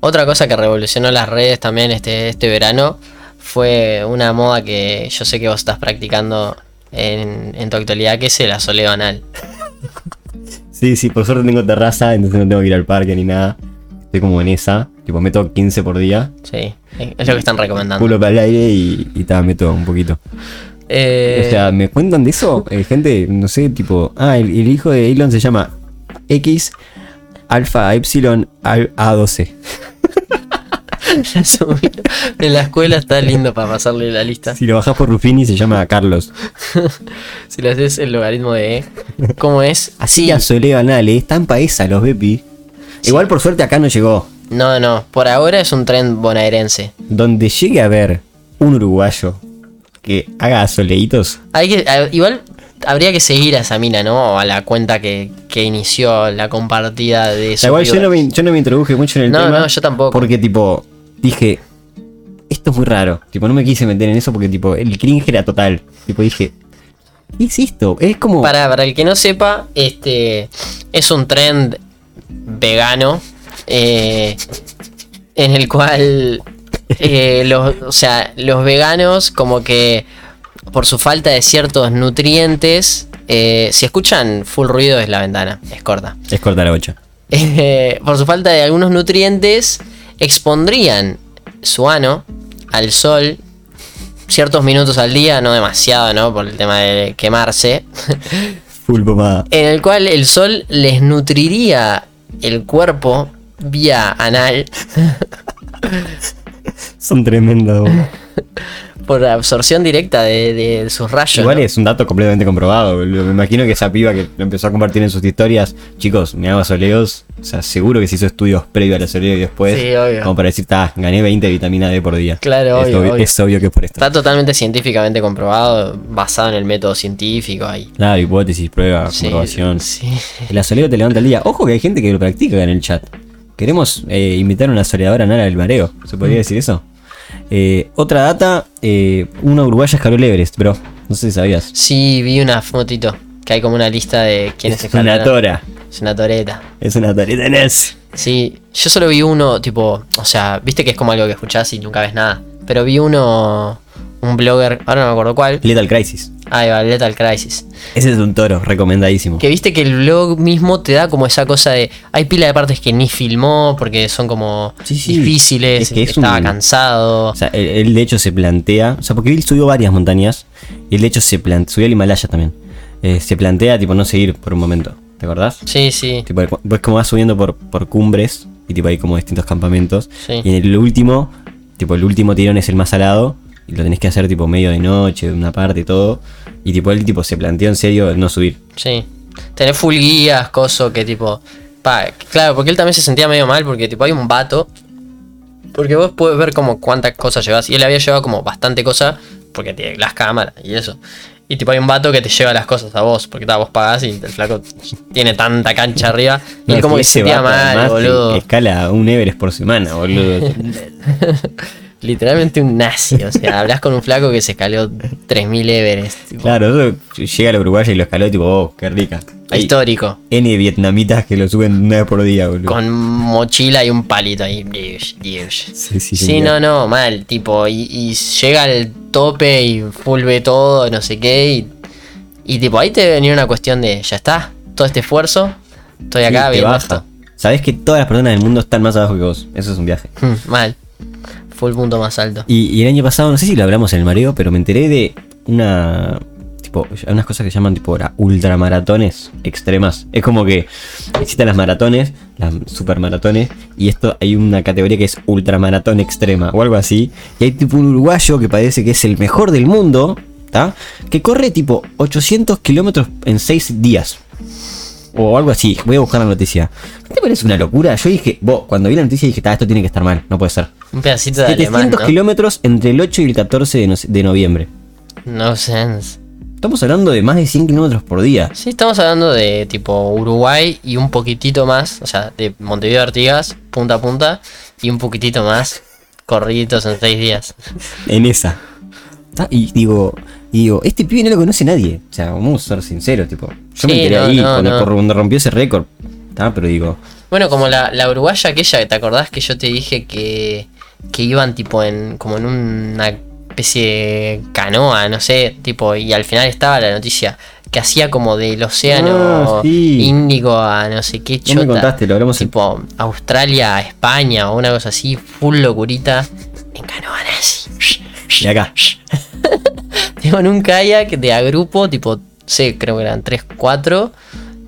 [SPEAKER 2] otra cosa que revolucionó las redes también este, este verano fue una moda que yo sé que vos estás practicando en, en tu actualidad, que es el asoleo anal.
[SPEAKER 1] Sí, sí, por suerte tengo terraza, entonces no tengo que ir al parque ni nada. Estoy como en esa, tipo meto 15 por día,
[SPEAKER 2] Sí, es lo que están recomendando.
[SPEAKER 1] culo para el aire y, y ta, meto un poquito.
[SPEAKER 2] Eh,
[SPEAKER 1] O sea, ¿me cuentan de eso? Eh, gente, no sé, tipo, ah, el, el hijo de Elon se llama X Alfa Epsilon al- A12.
[SPEAKER 2] [laughs] ya subí. en la escuela está lindo para pasarle la lista.
[SPEAKER 1] Si lo bajas por Rufini se llama Carlos.
[SPEAKER 2] Si le haces el logaritmo de E, ¿cómo es?
[SPEAKER 1] Así que a Sole Banale, estampa esa, ¿eh? los Bepi. Igual por suerte acá no llegó.
[SPEAKER 2] No, no, por ahora es un tren bonaerense.
[SPEAKER 1] Donde llegue a ver un uruguayo que haga soleitos,
[SPEAKER 2] Hay que, a- igual habría que seguir a esa mina, ¿no? O a la cuenta que, que inició la compartida de
[SPEAKER 1] O sea, igual yo no, me, yo no me introduje mucho en el
[SPEAKER 2] No,
[SPEAKER 1] tema.
[SPEAKER 2] no, yo tampoco.
[SPEAKER 1] Porque, tipo, dije, esto es muy raro. Tipo, no me quise meter en eso porque, tipo, el cringe era total. Tipo, dije, ¿qué es esto? Es como.
[SPEAKER 2] Para, para el que no sepa, este es un trend vegano eh, en el cual eh, los, o sea, los veganos como que por su falta de ciertos nutrientes, eh, si escuchan full ruido es la ventana, es corta. [laughs]
[SPEAKER 1] Es corta la bocha.
[SPEAKER 2] Eh, por su falta de algunos nutrientes, expondrían su ano al sol ciertos minutos al día, no demasiado, ¿no? Por el tema de quemarse. [laughs]
[SPEAKER 1] Full pomada.
[SPEAKER 2] en el cual el sol les nutriría el cuerpo vía anal
[SPEAKER 1] Son tremendos. boludo.
[SPEAKER 2] por absorción directa de, de sus rayos.
[SPEAKER 1] Igual
[SPEAKER 2] ¿no?
[SPEAKER 1] es un dato completamente comprobado. boludo. Me imagino que esa piba que lo empezó a compartir en sus historias, chicos, me hago soleos. O sea, seguro que se hizo estudios previo al soleo y después.
[SPEAKER 2] Sí, obvio.
[SPEAKER 1] Como para decir, "Ta, gané 20 de vitamina D por día.
[SPEAKER 2] Claro,
[SPEAKER 1] es
[SPEAKER 2] obvio, obvio.
[SPEAKER 1] Es obvio que es por esto.
[SPEAKER 2] Está totalmente científicamente comprobado, basado en el método científico ahí.
[SPEAKER 1] Claro, hipótesis, prueba,
[SPEAKER 2] Sí,
[SPEAKER 1] comprobación.
[SPEAKER 2] sí.
[SPEAKER 1] El asoleo te levanta el día. Ojo que hay gente que lo practica en el chat. Queremos eh, invitar a una asoleadora Nara del Mareo. ¿Se podría
[SPEAKER 2] Mm.
[SPEAKER 1] decir eso? Eh, otra data, eh, una uruguaya escaló el Everest, bro. No sé si sabías.
[SPEAKER 2] Sí, vi una fotito. Que hay como una lista de quiénes
[SPEAKER 1] es una
[SPEAKER 2] escalaron.
[SPEAKER 1] tora.
[SPEAKER 2] Es una toreta.
[SPEAKER 1] Es una toreta en ese.
[SPEAKER 2] Sí, yo solo vi uno, tipo, o sea, viste que es como algo que escuchás y nunca ves nada. Pero vi uno, un blogger, ahora no me acuerdo cuál.
[SPEAKER 1] Lethal Crisis.
[SPEAKER 2] Ahí va, Lethal Crisis.
[SPEAKER 1] Ese es un toro, recomendadísimo.
[SPEAKER 2] Que viste que el blog mismo te da como esa cosa de. Hay pila de partes que ni filmó porque son como
[SPEAKER 1] Sí, sí.
[SPEAKER 2] difíciles,
[SPEAKER 1] Es que es
[SPEAKER 2] estaba
[SPEAKER 1] un-
[SPEAKER 2] cansado.
[SPEAKER 1] O sea, él, él de hecho se plantea. O sea, porque Bill subió varias montañas. Y él de hecho se plantea. Subió al Himalaya también. Eh, se plantea, tipo, no seguir por un momento. ¿Te acordás?
[SPEAKER 2] Sí, sí.
[SPEAKER 1] Tipo, ves como vas subiendo por, por cumbres y tipo hay como distintos campamentos.
[SPEAKER 2] Sí.
[SPEAKER 1] Y en el último, tipo el último tirón es el más salado y lo tenés que hacer tipo medio de noche, una parte y todo. Y tipo él tipo se planteó en serio no subir.
[SPEAKER 2] Sí. Tener full guías, coso, que tipo. Pa, claro, porque él también se sentía medio mal, porque tipo hay un vato. Porque vos puedes ver como cuántas cosas llevas. Y él había llevado como bastante cosas, porque tiene las cámaras y eso. Y tipo hay un vato que te lleva las cosas a vos, porque ta, vos pagás y el flaco tiene tanta cancha arriba. Y él
[SPEAKER 1] No,
[SPEAKER 2] como que
[SPEAKER 1] ese
[SPEAKER 2] se sentía
[SPEAKER 1] vato,
[SPEAKER 2] mal,
[SPEAKER 1] además,
[SPEAKER 2] boludo.
[SPEAKER 1] Escala un Everest por
[SPEAKER 2] [laughs]
[SPEAKER 1] semana, boludo.
[SPEAKER 2] Literalmente un nazi, o sea, hablas con un flaco que se escaló 3000 Everest. tipo,
[SPEAKER 1] claro, eso llega al Uruguay y lo escaló tipo, oh, qué rica. Hay
[SPEAKER 2] Histórico.
[SPEAKER 1] N vietnamitas que lo suben una vez por día, boludo.
[SPEAKER 2] con mochila y un palito ahí. Dios, dios.
[SPEAKER 1] Sí, sí,
[SPEAKER 2] Sí,
[SPEAKER 1] señor.
[SPEAKER 2] no, no, mal, tipo, y, y llega al tope y full ve todo, no sé qué, y, y tipo, ahí te debe venir una cuestión de, ya está, todo este esfuerzo, estoy
[SPEAKER 1] Sí,
[SPEAKER 2] acá
[SPEAKER 1] te
[SPEAKER 2] viendo
[SPEAKER 1] baja. Sabés que todas las personas del mundo están más abajo que vos. Eso es un viaje.
[SPEAKER 2] esto. Mm, [laughs] Mal, full punto más alto.
[SPEAKER 1] Y, y el año pasado, no sé si lo hablamos en el mareo, pero me enteré de una. Tipo, hay unas cosas que llaman tipo ahora ultramaratones extremas. Es como que existen las maratones, las supermaratones, y esto hay una categoría que es ultramaratón extrema o algo así. Y hay tipo un uruguayo que parece que es el mejor del mundo, ¿tá? Que corre tipo 800 kilómetros en 6 días. O algo así, voy a buscar la noticia. ¿No te parece una locura? Yo dije, vos, cuando vi la noticia dije, "Ta, esto tiene que estar mal, no puede ser.
[SPEAKER 2] Un pedacito de alemán,
[SPEAKER 1] 700
[SPEAKER 2] ¿no?
[SPEAKER 1] kilómetros entre el 8 y el 14 de, no- de noviembre.
[SPEAKER 2] No sense.
[SPEAKER 1] Estamos hablando de más de 100 kilómetros por día.
[SPEAKER 2] Sí, estamos hablando de tipo Uruguay y un poquitito más, o sea, de Montevideo a Artigas, punta a punta, y un poquitito más, corriditos en seis días.
[SPEAKER 1] En esa. Ta- Y digo, y digo, este pibe no lo conoce nadie. O sea, vamos a ser sinceros, tipo. Yo me
[SPEAKER 2] Sí,
[SPEAKER 1] enteré
[SPEAKER 2] no,
[SPEAKER 1] ahí
[SPEAKER 2] no,
[SPEAKER 1] cuando,
[SPEAKER 2] no.
[SPEAKER 1] cor- cuando rompió ese récord. Ta, Pero digo,
[SPEAKER 2] Bueno, como la, la uruguaya aquella, ¿te acordás que yo te dije que, que iban tipo en como en una especie de canoa, no sé, tipo, y al final estaba la noticia que hacía como del océano
[SPEAKER 1] Ah, sí.
[SPEAKER 2] Índico a no sé qué
[SPEAKER 1] me
[SPEAKER 2] chota.
[SPEAKER 1] contaste, lo hablamos en-
[SPEAKER 2] Tipo Australia, a España o una cosa así, full locurita. En canoas.
[SPEAKER 1] Y acá.
[SPEAKER 2] [laughs] Tipo, en un kayak de a grupo, tipo, sé, creo que eran 3, 4.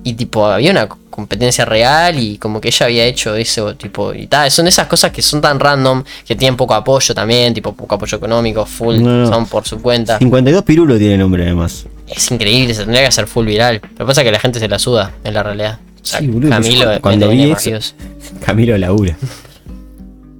[SPEAKER 2] Y tipo, había una co- competencia real y como que ella había hecho eso, tipo, y tal. Son esas cosas que son tan random, que tienen poco apoyo también, tipo, poco apoyo económico, full,
[SPEAKER 1] No, no.
[SPEAKER 2] son por su cuenta.
[SPEAKER 1] 52 pirulo tiene el nombre además. [laughs]
[SPEAKER 2] Es increíble, se tendría que hacer full viral. Lo que pasa es que la gente se la suda, en la realidad. O sea,
[SPEAKER 1] Sí, boludo,
[SPEAKER 2] Camilo,
[SPEAKER 1] yo cuando
[SPEAKER 2] me tenía
[SPEAKER 1] vi eso-
[SPEAKER 2] vacíos.
[SPEAKER 1] Camilo Laura.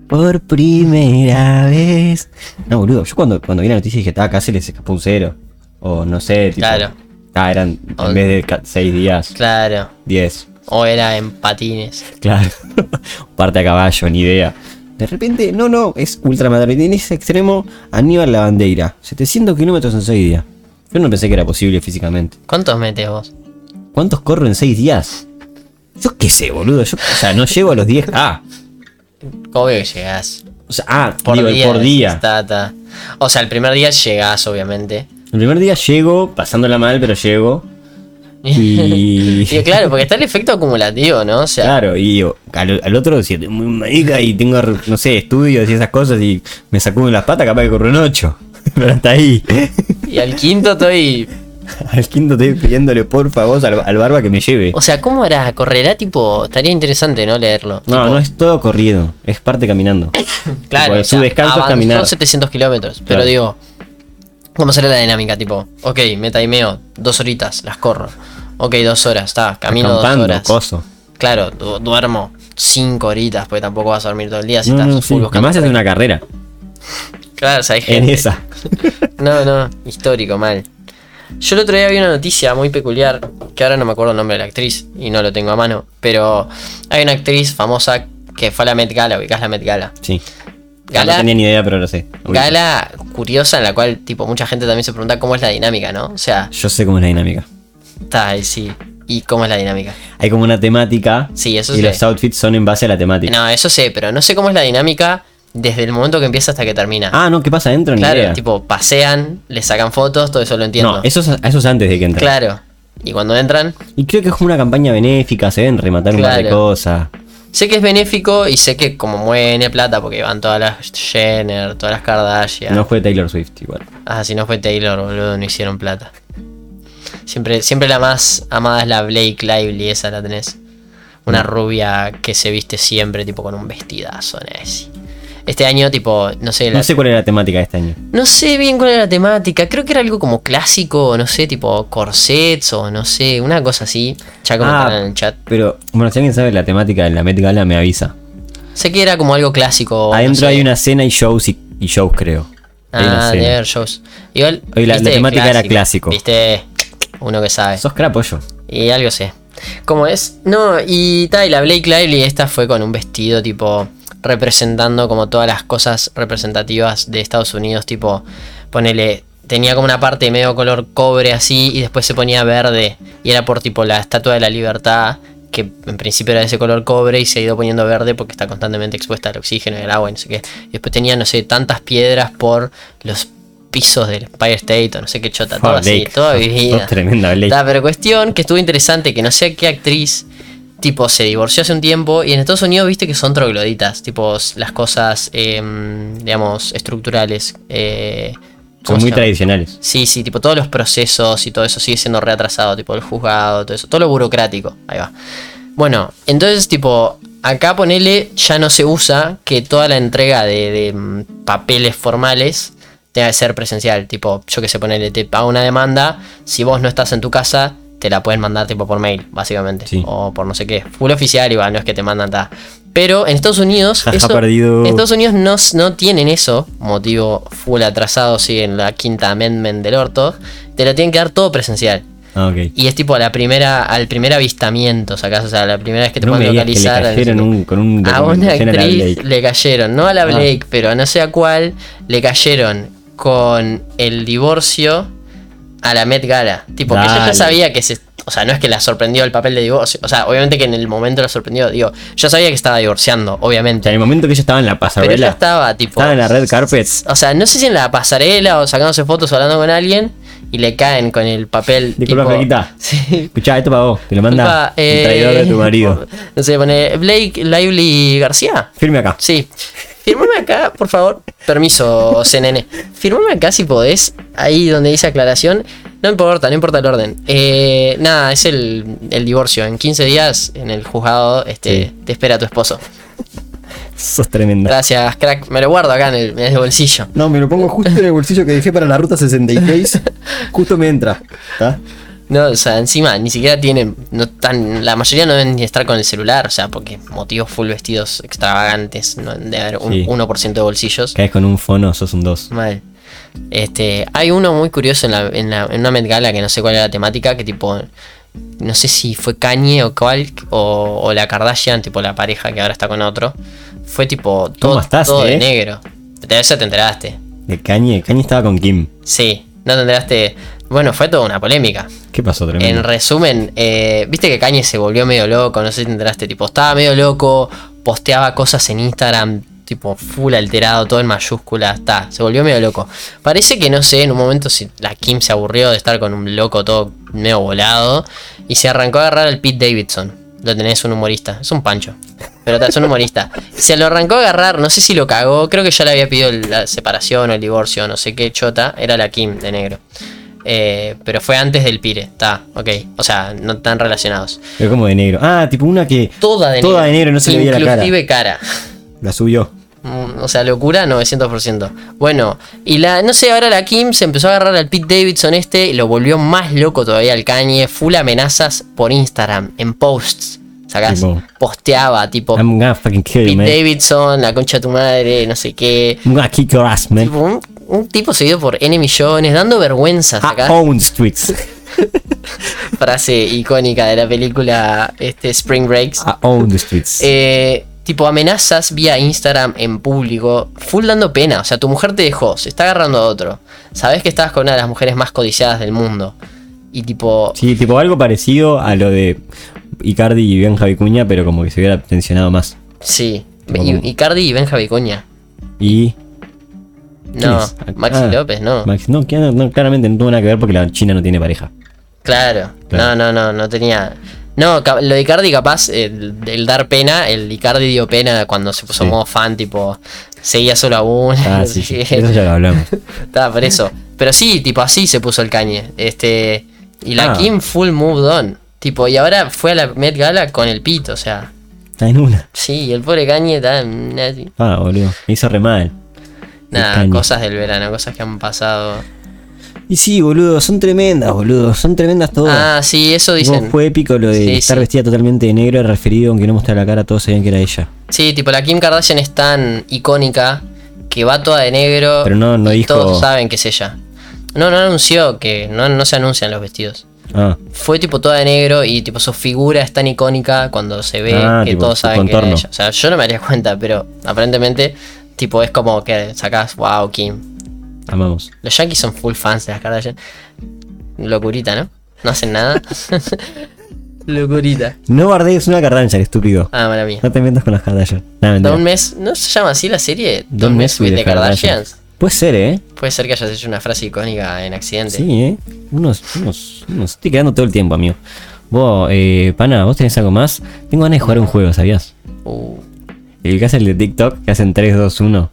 [SPEAKER 1] Por primera vez. No, boludo, yo cuando, cuando vi la noticia dije, ah, acá se les escapó un cero. O no sé, tipo.
[SPEAKER 2] Claro.
[SPEAKER 1] Ah, eran
[SPEAKER 2] O-
[SPEAKER 1] en vez de 6 días,
[SPEAKER 2] Claro.
[SPEAKER 1] 10.
[SPEAKER 2] O era en patines.
[SPEAKER 1] Claro. [laughs] Parte a caballo, ni idea. De repente, no, no, es ultramadrid. En ese extremo, Aníbal la bandera. 700 kilómetros en 6 días. Yo no pensé que era posible físicamente.
[SPEAKER 2] ¿Cuántos metes vos?
[SPEAKER 1] ¿Cuántos corro en 6 días? Yo qué sé, boludo. Yo, o sea, no llego a los 10K.
[SPEAKER 2] Obvio que llegás.
[SPEAKER 1] O sea, ah,
[SPEAKER 2] Por día.
[SPEAKER 1] Por día.
[SPEAKER 2] está, está. O sea, el primer día llegás, obviamente.
[SPEAKER 1] El primer día llego, pasándola mal,
[SPEAKER 2] [laughs]
[SPEAKER 1] pero llego. Y.
[SPEAKER 2] Y claro, porque está el efecto acumulativo, ¿no? O sea,
[SPEAKER 1] Claro, y digo, al, al otro, si estoy muy marica y tengo, no sé, estudios y esas cosas y me sacuden las patas, capaz que corro un 8. [laughs] Pero hasta ahí. [laughs]
[SPEAKER 2] y al quinto estoy.
[SPEAKER 1] Al quinto estoy pidiéndole porfa a vos al, al barba que me lleve.
[SPEAKER 2] O sea, ¿cómo hará? ¿Correrá tipo? Estaría interesante, ¿no? Leerlo.
[SPEAKER 1] No, no es todo corrido, es parte caminando.
[SPEAKER 2] [coughs] Claro,
[SPEAKER 1] Tipo,
[SPEAKER 2] o
[SPEAKER 1] su
[SPEAKER 2] sea,
[SPEAKER 1] descanso es
[SPEAKER 2] avanzó
[SPEAKER 1] caminar.
[SPEAKER 2] 700 kilómetros, pero
[SPEAKER 1] Claro.
[SPEAKER 2] digo, ¿cómo será la dinámica? Tipo, ok, me timeo, dos horitas, las corro. Ok, dos horas, está, camino
[SPEAKER 1] Acampando,
[SPEAKER 2] dos horas.
[SPEAKER 1] coso.
[SPEAKER 2] Claro, du- duermo cinco horitas, porque tampoco vas a dormir todo el día si
[SPEAKER 1] No,
[SPEAKER 2] estás
[SPEAKER 1] no, sí.
[SPEAKER 2] full buscando.
[SPEAKER 1] Además es una carrera.
[SPEAKER 2] Claro, o sea, hay
[SPEAKER 1] En
[SPEAKER 2] gente.
[SPEAKER 1] esa.
[SPEAKER 2] No, no, histórico, mal. Yo el otro día vi una noticia muy peculiar, que ahora no me acuerdo el nombre de la actriz y no lo tengo a mano, pero hay una actriz famosa que fue a la Met Gala, ubicás la Met Gala.
[SPEAKER 1] Sí.
[SPEAKER 2] Gala-
[SPEAKER 1] Ah, No tenía ni idea, pero lo sé.
[SPEAKER 2] Gala curiosa en la cual, tipo, mucha gente también se pregunta cómo es la dinámica, ¿no? O sea,
[SPEAKER 1] Yo sé cómo es la dinámica.
[SPEAKER 2] está ahí sí. ¿Y cómo es la dinámica?
[SPEAKER 1] Hay como una temática.
[SPEAKER 2] Sí, eso
[SPEAKER 1] y
[SPEAKER 2] sé.
[SPEAKER 1] los outfits son en base a la temática.
[SPEAKER 2] No, eso sé, pero no sé cómo es la dinámica desde el momento que empieza hasta que termina.
[SPEAKER 1] Ah, no, ¿qué pasa adentro? Ni
[SPEAKER 2] claro,
[SPEAKER 1] idea.
[SPEAKER 2] tipo, pasean, le sacan fotos, todo eso lo entiendo.
[SPEAKER 1] no, eso es, eso es antes de que entren.
[SPEAKER 2] Claro. Y cuando entran,
[SPEAKER 1] Y creo que es como una campaña benéfica, se deben rematar un par de
[SPEAKER 2] Claro.
[SPEAKER 1] cosas.
[SPEAKER 2] sé que es benéfico y sé que como mueve plata, porque van todas las Jenner, todas las Kardashian.
[SPEAKER 1] No fue Taylor Swift igual.
[SPEAKER 2] Ah, si no fue Taylor, boludo, no hicieron plata. Siempre, siempre la más amada es la Blake Lively, esa la tenés. Una rubia que se viste siempre, tipo, con un vestidazo, Nancy. Este año, tipo, no sé, la-
[SPEAKER 1] No sé cuál era la temática de este año.
[SPEAKER 2] no sé bien cuál era la temática. Creo que era algo como clásico, no sé, tipo corsets o no sé, una cosa así. Ya
[SPEAKER 1] Ah.
[SPEAKER 2] comentaron en el chat.
[SPEAKER 1] Pero, bueno, si alguien sabe la temática de la Met Gala, me avisa.
[SPEAKER 2] Sé que era como algo clásico. Oh, no
[SPEAKER 1] Adentro
[SPEAKER 2] sé.
[SPEAKER 1] hay una cena y shows, y, y shows creo. Hay una
[SPEAKER 2] Ah,
[SPEAKER 1] cena.
[SPEAKER 2] de ver shows. Igual.
[SPEAKER 1] Oye, la- la
[SPEAKER 2] viste,
[SPEAKER 1] temática era clásico.
[SPEAKER 2] Viste, uno que sabe.
[SPEAKER 1] Sos crapo yo.
[SPEAKER 2] Y algo sé. ¿Cómo es? No, y tal, y la Blake Lively esta fue con un vestido tipo representando como todas las cosas representativas de Estados Unidos, tipo, ponele, tenía como una parte medio color cobre así y después se ponía verde y era por tipo la Estatua de la Libertad, que en principio era de ese color cobre y se ha ido poniendo verde porque está constantemente expuesta al oxígeno y al agua y no sé qué. Y después tenía, no sé, tantas piedras por los pisos del Empire State o no sé qué chota, todo
[SPEAKER 1] Fua,
[SPEAKER 2] así,
[SPEAKER 1] Blake,
[SPEAKER 2] toda
[SPEAKER 1] sos-
[SPEAKER 2] vivida.
[SPEAKER 1] sos tremenda, Blake.
[SPEAKER 2] Ta, pero cuestión que estuvo interesante, que no sé qué actriz, tipo, se divorció hace un tiempo y en Estados Unidos viste que son trogloditas, tipo, s- las cosas, em, digamos, estructurales. eh, ¿cómo
[SPEAKER 1] Son
[SPEAKER 2] se
[SPEAKER 1] muy
[SPEAKER 2] llama?
[SPEAKER 1] tradicionales.
[SPEAKER 2] Sí, sí, tipo todos los procesos y todo eso sigue siendo reatrasado, tipo el juzgado, todo eso, todo lo burocrático, ahí va. Bueno, entonces tipo, acá ponele, ya no se usa que toda la entrega de, de, mm, papeles formales tenga que ser presencial, tipo, yo que sé, ponele, te pago una demanda, si vos no estás en tu casa, te la pueden mandar tipo por mail, básicamente,
[SPEAKER 1] Sí.
[SPEAKER 2] o por no sé qué, full oficial igual, no es que te mandan ta. Pero en Estados Unidos,
[SPEAKER 1] Jaja,
[SPEAKER 2] eso,
[SPEAKER 1] perdido.
[SPEAKER 2] en Estados Estados Unidos no, no tienen eso, motivo full atrasado, siguen la quinta amendment del orto, te lo tienen que dar todo presencial.
[SPEAKER 1] Ah, ok.
[SPEAKER 2] Y es tipo a la primera, al primer avistamiento, sacás, o sea, la primera vez que te
[SPEAKER 1] No me
[SPEAKER 2] pueden
[SPEAKER 1] digas que le
[SPEAKER 2] localizar. no sé
[SPEAKER 1] cayeron
[SPEAKER 2] qué.
[SPEAKER 1] un- con un
[SPEAKER 2] a una
[SPEAKER 1] documentación a la Ah.
[SPEAKER 2] actriz
[SPEAKER 1] Blake.
[SPEAKER 2] le cayeron, no a la Blake, pero no sé a cuál, le cayeron con el divorcio a la Met Gala. Tipo, que ella ya
[SPEAKER 1] Dale.
[SPEAKER 2] sabía que se. O sea, no es que la sorprendió el papel de divorcio. O sea, obviamente que en el momento la sorprendió. Digo, yo sabía que estaba divorciando,
[SPEAKER 1] O sea,
[SPEAKER 2] obviamente.
[SPEAKER 1] en el momento que ella estaba en la
[SPEAKER 2] Pero ella
[SPEAKER 1] pasarela,
[SPEAKER 2] estaba, tipo.
[SPEAKER 1] estaba en la red carpet.
[SPEAKER 2] O sea, no sé si en la pasarela o sacándose fotos o hablando con alguien. y le caen con el papel.
[SPEAKER 1] Disculpa,
[SPEAKER 2] tipo-
[SPEAKER 1] Flaquita.
[SPEAKER 2] [laughs] Sí.
[SPEAKER 1] Escuchá, esto para vos. Te lo manda
[SPEAKER 2] Disculpa,
[SPEAKER 1] el traidor de tu
[SPEAKER 2] eh, [laughs]
[SPEAKER 1] marido.
[SPEAKER 2] No sé, pone Blake Lively García.
[SPEAKER 1] Firme acá.
[SPEAKER 2] Sí. Firmame acá, por favor. Permiso, CNN. Firmame acá si podés. Ahí donde dice aclaración. No importa, no importa el orden. Eh, nada, es el, el divorcio. En 15 días, en el juzgado, este,
[SPEAKER 1] Sí.
[SPEAKER 2] te espera tu esposo.
[SPEAKER 1] Sos tremenda.
[SPEAKER 2] Gracias, crack. Me lo guardo acá en el, en el bolsillo.
[SPEAKER 3] No, me lo pongo justo en el bolsillo que dejé para la ruta 66. Justo me entra. ¿Está?
[SPEAKER 2] No, o sea, encima ni siquiera tienen. No tan, la mayoría no deben ni estar con el celular, o sea, porque motivos full vestidos extravagantes. No debe haber un
[SPEAKER 1] Sí.
[SPEAKER 2] 1% de bolsillos.
[SPEAKER 1] Caes con un fono, sos un 2.
[SPEAKER 2] Mal. Este, hay uno muy curioso en, la, en, la- en una Met Gala que no sé cuál era la temática, que tipo, no sé si fue Kanye o cuál, o, o la Kardashian, tipo la pareja que ahora está con otro. Fue tipo todo,
[SPEAKER 1] estás,
[SPEAKER 2] todo de
[SPEAKER 1] eh?
[SPEAKER 2] negro. De eso te enteraste.
[SPEAKER 1] De Kanye. Kanye estaba con Kim.
[SPEAKER 2] Sí, no te enteraste. Bueno, fue toda una polémica.
[SPEAKER 1] ¿Qué pasó,
[SPEAKER 2] En
[SPEAKER 1] tremendo?
[SPEAKER 2] resumen, eh, viste que Kanye se volvió medio loco, no sé si te enteraste, tipo, estaba medio loco, posteaba cosas en Instagram, tipo, full alterado, todo en mayúsculas, está, se volvió medio loco. Parece que, no sé, en un momento si la Kim se aburrió de estar con un loco todo medio volado y se arrancó a agarrar al Pete Davidson. Lo tenés, un humorista, es un pancho. Pero está, es un humorista. Se lo arrancó a agarrar, no sé si lo cagó, creo que ya le había pedido la separación o el divorcio, no sé qué chota, era la Kim de negro. Eh, pero fue antes del Pire, está, ok. O sea, no están relacionados.
[SPEAKER 1] Pero como de negro. Ah, tipo una que
[SPEAKER 2] Toda de
[SPEAKER 1] Toda
[SPEAKER 2] negro.
[SPEAKER 1] de negro, no se le veía la cara.
[SPEAKER 2] Inclusive cara.
[SPEAKER 1] la subió.
[SPEAKER 2] Mm, O sea, locura 900%. Bueno, y la, no sé, ahora la Kim se empezó a agarrar al Pete Davidson este y lo volvió más loco todavía al Kanye. Full amenazas por Instagram, en posts. Sacás,
[SPEAKER 1] Tipo,
[SPEAKER 2] posteaba, tipo,
[SPEAKER 1] I'm gonna fucking kill
[SPEAKER 2] Pete
[SPEAKER 1] you, man.
[SPEAKER 2] Davidson, la concha de tu madre, no sé qué.
[SPEAKER 1] I'm gonna kick your ass, man.
[SPEAKER 2] Tipo, un, un tipo seguido por N millones, dando vergüenza.
[SPEAKER 1] I
[SPEAKER 2] Sacás
[SPEAKER 1] own streets.
[SPEAKER 2] frase icónica de la película este, Spring Breaks.
[SPEAKER 1] I own the streets.
[SPEAKER 2] Eh, tipo amenazas vía Instagram en público, full dando pena. O sea, tu mujer te dejó, se está agarrando a otro. Sabes que estabas con una de las mujeres más codiciadas del mundo. Y tipo,
[SPEAKER 1] Sí, tipo algo parecido a lo de Icardi y Benja Vicuña, pero como que se hubiera tensionado más.
[SPEAKER 2] sí.
[SPEAKER 1] Tipo
[SPEAKER 2] Y,
[SPEAKER 1] como-
[SPEAKER 2] y Cardi y Benja Vicuña.
[SPEAKER 1] Y.
[SPEAKER 2] No,
[SPEAKER 1] es?
[SPEAKER 2] Maxi
[SPEAKER 1] Ah.
[SPEAKER 2] López, no.
[SPEAKER 1] Max, no, que- no, claramente no tuvo nada que ver porque la China no tiene pareja.
[SPEAKER 2] Claro.
[SPEAKER 1] Claro.
[SPEAKER 2] No, no, no, no tenía. No, ca- lo de Icardi capaz, el, el dar pena, el Icardi dio pena cuando se puso
[SPEAKER 1] Sí.
[SPEAKER 2] modo fan, tipo, seguía solo a una.
[SPEAKER 1] [laughs]
[SPEAKER 2] [laughs]
[SPEAKER 1] Ah, sí, sí. Eso ya lo hablamos.
[SPEAKER 2] Estaba por eso. Pero sí, tipo así se puso el cañe. Este. Y la
[SPEAKER 1] Ah.
[SPEAKER 2] Kim full moved on. Tipo, y ahora fue a la Met Gala con el pito, o sea.
[SPEAKER 1] Está en una.
[SPEAKER 2] Sí, el pobre cañe está. en una-
[SPEAKER 1] Ah, boludo. Me hizo re mal. El
[SPEAKER 2] Nada,
[SPEAKER 1] Kanye.
[SPEAKER 2] cosas del verano, cosas que han pasado.
[SPEAKER 1] Y sí, boludo, son tremendas, boludo. Son tremendas todas.
[SPEAKER 2] Ah, sí, eso
[SPEAKER 1] Como
[SPEAKER 2] dicen.
[SPEAKER 1] Oh. fue épico lo de
[SPEAKER 2] Sí,
[SPEAKER 1] estar
[SPEAKER 2] sí.
[SPEAKER 1] vestida totalmente de negro, referido, aunque no mostrara la cara, todos sabían que era ella.
[SPEAKER 2] Sí, tipo, la Kim Kardashian es tan icónica que va toda de negro.
[SPEAKER 1] Pero no- no
[SPEAKER 2] y
[SPEAKER 1] dijo-
[SPEAKER 2] Todos saben que es ella. No, no anunció que. No, no se anuncian los vestidos.
[SPEAKER 1] Ah,
[SPEAKER 2] fue tipo toda de negro y tipo su figura es tan icónica cuando se ve
[SPEAKER 1] Ah,
[SPEAKER 2] que
[SPEAKER 1] tipo,
[SPEAKER 2] todos
[SPEAKER 1] su
[SPEAKER 2] saben que era
[SPEAKER 1] contorno.
[SPEAKER 2] ella. O sea, yo no me daría cuenta, pero aparentemente, tipo, es como que sacás, wow, Kim.
[SPEAKER 1] amamos.
[SPEAKER 2] Los Yankees son full fans de las Kardashian. Locurita, ¿no? No hacen nada. [laughs] Locurita.
[SPEAKER 1] No bardees una Kardashian, estúpido.
[SPEAKER 2] Ah, mala mía.
[SPEAKER 1] No te metas con las Kardashian. Nada, mentira.
[SPEAKER 2] Don Mess, ¿no se llama así la serie?
[SPEAKER 1] Don't
[SPEAKER 2] Don Mess
[SPEAKER 1] mess with
[SPEAKER 2] with the
[SPEAKER 1] the Kardashians.
[SPEAKER 2] Kardashians.
[SPEAKER 1] Puede ser, ¿eh?
[SPEAKER 2] Puede ser que hayas hecho una frase icónica en accidente.
[SPEAKER 1] Sí, ¿eh? Unos, unos, unos. Estoy quedando todo el tiempo, amigo. Vos, eh, pana, ¿vos tenés algo más? Tengo ganas de jugar un juego, ¿sabías?
[SPEAKER 2] Uh.
[SPEAKER 1] El que hace el de TikTok, que hacen 3, 2, 1.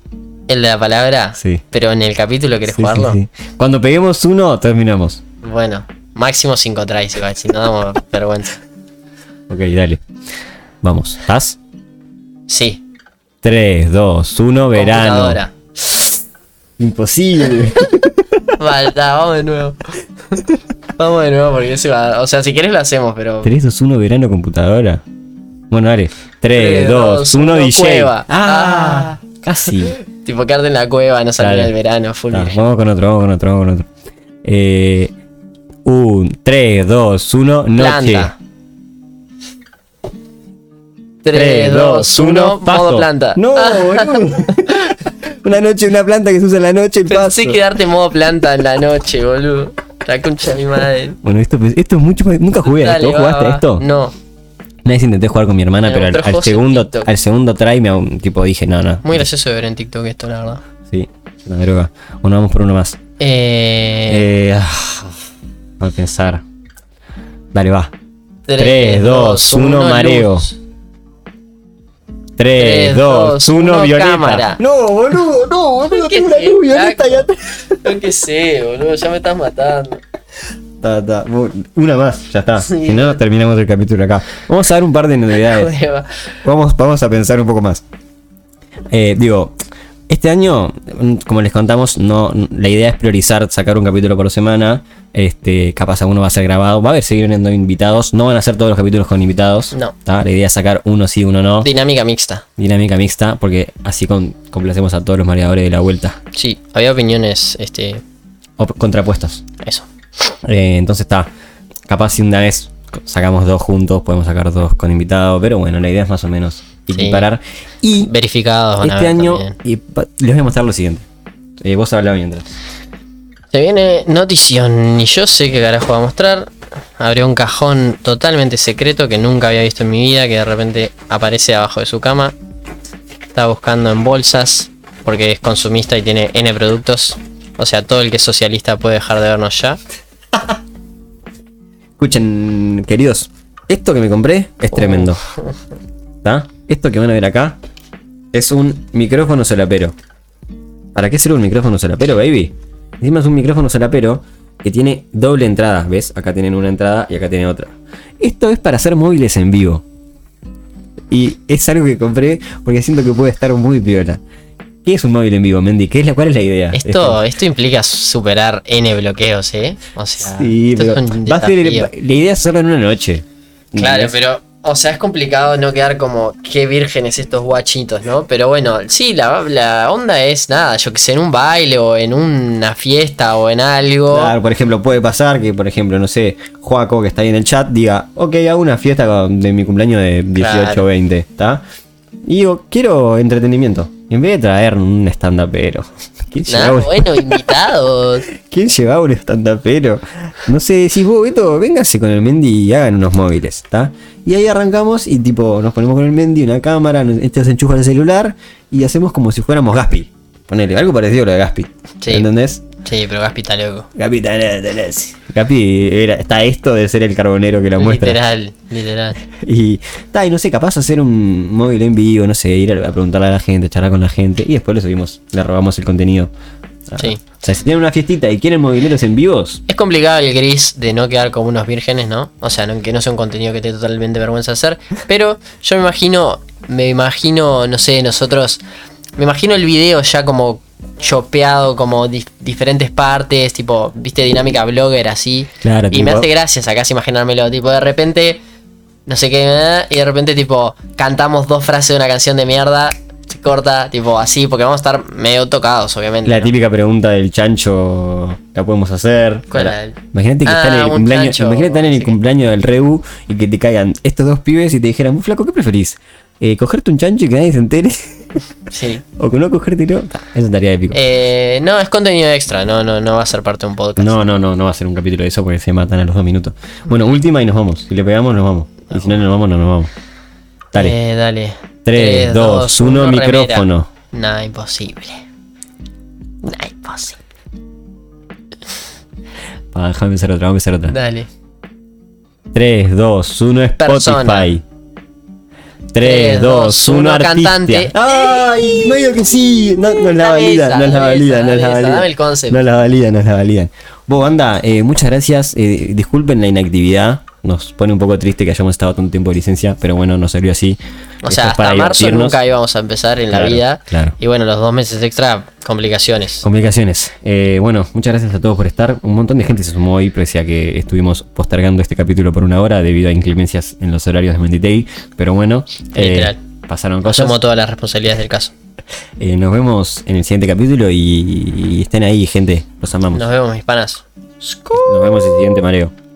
[SPEAKER 2] El de la palabra.
[SPEAKER 1] Sí.
[SPEAKER 2] Pero en el capítulo querés
[SPEAKER 1] Sí, sí,
[SPEAKER 2] jugarlo.
[SPEAKER 1] sí. Cuando peguemos uno, terminamos.
[SPEAKER 2] Bueno, máximo 5 tries, igual, si no damos vergüenza.
[SPEAKER 1] Ok, dale. Vamos. ¿Estás?
[SPEAKER 2] Sí.
[SPEAKER 1] 3, 2, 1, verano.
[SPEAKER 2] Computadora. [laughs]
[SPEAKER 1] Imposible.
[SPEAKER 2] Falta, vamos de nuevo. vamos de nuevo porque se va. O sea, si querés lo hacemos, pero.
[SPEAKER 1] 3, 2, 1, verano, computadora. Bueno, dale. 3,
[SPEAKER 2] Tres,
[SPEAKER 1] 2,
[SPEAKER 2] dos,
[SPEAKER 1] 1,
[SPEAKER 2] uno,
[SPEAKER 1] DJ.
[SPEAKER 2] cueva.
[SPEAKER 1] Ah, casi.
[SPEAKER 2] Tipo, quedarte en la cueva, no salir
[SPEAKER 1] Dale.
[SPEAKER 2] al verano, full.
[SPEAKER 1] Ah, vamos con otro, vamos con otro, vamos con otro. Eh, un, 3, 2, 1, noche.
[SPEAKER 2] planta. 3, 2, 1, modo
[SPEAKER 1] pasto.
[SPEAKER 2] planta. Ah.
[SPEAKER 3] No,
[SPEAKER 2] [laughs]
[SPEAKER 3] boludo. Una noche, una planta que se usa en la noche, el paso.
[SPEAKER 2] Pensé quedarte modo planta en la noche, boludo. La concha de mi madre.
[SPEAKER 1] Bueno, esto, esto es mucho más- Nunca jugué a
[SPEAKER 2] Dale,
[SPEAKER 1] esto. ¿Vos
[SPEAKER 2] va,
[SPEAKER 1] jugaste a
[SPEAKER 2] va.
[SPEAKER 1] esto?
[SPEAKER 2] No,
[SPEAKER 1] Una vez intenté jugar con mi hermana,
[SPEAKER 2] Me
[SPEAKER 1] pero al,
[SPEAKER 2] mostró
[SPEAKER 1] al
[SPEAKER 2] juegos en
[SPEAKER 1] segundo,
[SPEAKER 2] TikTok.
[SPEAKER 1] al segundo try me tipo dije, no, no.
[SPEAKER 2] muy gracioso de ver en TikTok esto, la verdad.
[SPEAKER 1] Sí, es una droga. Bueno, vamos por uno más.
[SPEAKER 2] Eh,
[SPEAKER 1] Eh, ah, Vamos a pensar. Dale, va.
[SPEAKER 2] 3, 2, 1,
[SPEAKER 1] mareo. 3,
[SPEAKER 2] Tres,
[SPEAKER 1] 2,
[SPEAKER 2] dos,
[SPEAKER 1] 1,
[SPEAKER 2] uno,
[SPEAKER 1] violeta.
[SPEAKER 2] cámara.
[SPEAKER 3] No, boludo, no, boludo,
[SPEAKER 2] [laughs] ¿Qué
[SPEAKER 3] tengo una
[SPEAKER 2] sé,
[SPEAKER 3] luz violeta
[SPEAKER 2] flaco?
[SPEAKER 3] allá atrás.
[SPEAKER 2] Yo qué sé, boludo, ya me estás matando.
[SPEAKER 1] Ta, ta, bu- Una más, ya está.
[SPEAKER 2] Sí.
[SPEAKER 1] Si no, terminamos el capítulo acá. Vamos a dar un par de novedades.
[SPEAKER 2] [laughs] Joder, va.
[SPEAKER 1] Vamos, vamos a pensar un poco más. Eh, digo, este año, mm, como les contamos, no, n- la idea es priorizar sacar un capítulo por semana. Este, capaz alguno va a ser grabado. Va a haber seguir teniendo invitados. No van a ser todos los capítulos con invitados.
[SPEAKER 2] No.
[SPEAKER 1] ¿tá? La idea es sacar uno sí, uno no.
[SPEAKER 2] Dinámica mixta.
[SPEAKER 1] Dinámica mixta, porque así con- complacemos a todos los mareadores de la vuelta.
[SPEAKER 2] Sí, había opiniones, este.
[SPEAKER 1] O contrapuestas.
[SPEAKER 2] Eso.
[SPEAKER 1] Eh, entonces está. Capaz si una vez sacamos dos juntos, podemos sacar dos con invitado. Pero bueno, la idea es más o menos equiparar. Y
[SPEAKER 2] Verificados van a
[SPEAKER 1] Este
[SPEAKER 2] haber
[SPEAKER 1] año
[SPEAKER 2] también.
[SPEAKER 1] y pa- les voy a mostrar lo siguiente. Eh, vos hablá mientras.
[SPEAKER 2] Se viene notición y yo sé qué carajo va a mostrar. Abrió un cajón totalmente secreto que nunca había visto en mi vida, que de repente aparece abajo de su cama. Está buscando en bolsas, porque es consumista y tiene N productos. O sea, todo el que es socialista puede dejar de vernos ya.
[SPEAKER 1] Escuchen, queridos, esto que me compré es tremendo. ¿Está? Esto que van a ver acá es un micrófono solapero. ¿Para qué sirve un micrófono solapero, baby? Encima es un micrófono solapero que tiene doble entrada, ¿ves? Acá tienen una entrada y acá tienen otra. Esto es para hacer móviles en vivo. Y es algo que compré porque siento que puede estar muy piola. ¿Qué es un móvil en vivo, Mendy? ¿Qué es la, ¿Cuál es la idea? Esto-
[SPEAKER 2] Esto, esto implica superar N bloqueos, ¿eh? O sea,
[SPEAKER 1] Sí,
[SPEAKER 2] esto
[SPEAKER 1] pero
[SPEAKER 2] es un
[SPEAKER 1] va a ser-
[SPEAKER 2] desafío.
[SPEAKER 1] la idea es solo en una noche.
[SPEAKER 2] Claro,
[SPEAKER 1] ¿Entendés?
[SPEAKER 2] pero, o sea, es complicado no quedar como qué vírgenes estos guachitos, ¿no? Pero bueno, sí, la, la onda es nada, yo que sé, en un baile o en una fiesta o en algo.
[SPEAKER 1] Claro, por ejemplo, puede pasar que, por ejemplo, no sé, Juaco, que está ahí en el chat, diga, ok, hago una fiesta con- de mi cumpleaños de 18
[SPEAKER 2] Claro.
[SPEAKER 1] o 20, ¿está? Y digo, quiero entretenimiento. Y en vez de traer un stand-upero, [laughs] ¿quién,
[SPEAKER 2] Nada,
[SPEAKER 1] lleva un-
[SPEAKER 2] bueno, invitados.
[SPEAKER 1] ¿quién lleva un stand-upero? No sé, decís vos, Beto, véngase con el Mendy y hagan unos móviles, ¿está? Y ahí arrancamos y, tipo, nos ponemos con el Mendy, una cámara, nos- este se enchufa el celular y hacemos como si fuéramos Gaspi. Ponele, algo parecido a lo de Gaspi.
[SPEAKER 2] Sí.
[SPEAKER 1] ¿Entendés?
[SPEAKER 2] Sí, pero Gaspi está loco.
[SPEAKER 1] Capi, tenés, tenés. Capi era- está esto de ser el carbonero que [laughs] la muestra.
[SPEAKER 2] Literal, literal.
[SPEAKER 1] Y, ta, y no sé, capaz hacer un móvil en vivo, no sé, ir a, a preguntarle a la gente, charlar con la gente y después le subimos, le robamos el contenido. Ah,
[SPEAKER 2] Sí.
[SPEAKER 1] O sea, si tienen una fiestita y quieren mobileros en vivos,
[SPEAKER 2] Es complicado el gris de no quedar como unos vírgenes, ¿no? O sea, no- que no sea un contenido que te dé totalmente vergüenza hacer. Pero yo me imagino, me imagino, no sé, nosotros, me imagino el video ya como chopeado, como dif- diferentes partes, tipo, viste, dinámica blogger así.
[SPEAKER 1] Claro,
[SPEAKER 2] Y me
[SPEAKER 1] tipo-
[SPEAKER 2] hace gracia sacás imaginármelo, tipo, de repente, no sé qué, ¿eh? y de repente, tipo, cantamos dos frases de una canción de mierda, se corta, tipo, así, porque vamos a estar medio tocados, obviamente.
[SPEAKER 1] la
[SPEAKER 2] ¿no?
[SPEAKER 1] típica pregunta del chancho la podemos hacer.
[SPEAKER 2] ¿Cuál
[SPEAKER 1] Ahora,
[SPEAKER 2] era?
[SPEAKER 1] Imagínate que
[SPEAKER 2] Ah,
[SPEAKER 1] está en el
[SPEAKER 2] un
[SPEAKER 1] cumpleaños,
[SPEAKER 2] chancho,
[SPEAKER 1] imagínate estar en el
[SPEAKER 2] sí.
[SPEAKER 1] cumpleaños del Rebu y que te caigan estos dos pibes y te dijeran, "Vos, flaco, ¿qué preferís? Eh, ¿Cogerte un chancho y que nadie se entere? [laughs]
[SPEAKER 2] Sí.
[SPEAKER 1] ¿O que no cogértelo? Eso estaría épico.
[SPEAKER 2] Eh, no, es contenido extra, no, no, no va a ser parte de un podcast.
[SPEAKER 1] No, no, no, no va a ser un capítulo de eso porque se matan a los dos minutos. Bueno, última y nos vamos. Si le pegamos, nos vamos. Y si no, nos vamos, no nos vamos. Dale.
[SPEAKER 2] Eh, dale.
[SPEAKER 1] Tres, dos, uno,
[SPEAKER 2] remera.
[SPEAKER 1] micrófono.
[SPEAKER 2] Nada imposible. Nada imposible.
[SPEAKER 1] Ah, déjame pensar otra, vamos a pensar otra.
[SPEAKER 2] Dale.
[SPEAKER 1] 3, 2, 1,
[SPEAKER 2] Persona.
[SPEAKER 1] Spotify. 3, 2, 1,
[SPEAKER 2] uno,
[SPEAKER 1] artista.
[SPEAKER 2] cantante.
[SPEAKER 1] ¡Ay! No digo que sí. No, no la
[SPEAKER 2] Dame
[SPEAKER 1] valida,
[SPEAKER 2] esa,
[SPEAKER 1] no la
[SPEAKER 2] dame
[SPEAKER 1] valida,
[SPEAKER 2] esa,
[SPEAKER 1] no la
[SPEAKER 2] dame esa,
[SPEAKER 1] valida.
[SPEAKER 2] dame el concepto.
[SPEAKER 1] No la valida, no la validan. Vos, banda, eh, muchas gracias. eh, disculpen la inactividad. Nos pone un poco triste que hayamos estado tanto tiempo de licencia, pero bueno, nos sirvió así.
[SPEAKER 2] O
[SPEAKER 1] Esto
[SPEAKER 2] sea,
[SPEAKER 1] es para
[SPEAKER 2] hasta marzo
[SPEAKER 1] divertirnos.
[SPEAKER 2] nunca íbamos a empezar en
[SPEAKER 1] Claro,
[SPEAKER 2] la vida.
[SPEAKER 1] claro.
[SPEAKER 2] Y bueno, los dos meses extra, complicaciones.
[SPEAKER 1] Complicaciones. Eh, bueno, muchas gracias a todos por estar. Un montón de gente se sumó hoy, pero decía que estuvimos postergando este capítulo por una hora debido a inclemencias en los horarios de Menditei. Pero bueno, eh,
[SPEAKER 2] Literal.
[SPEAKER 1] pasaron cosas.
[SPEAKER 2] Asumo todas las responsabilidades del caso.
[SPEAKER 1] Eh, nos vemos en el siguiente capítulo y, y estén ahí, gente. Los amamos.
[SPEAKER 2] Nos vemos, mis panas.
[SPEAKER 1] Nos vemos en el siguiente mareo.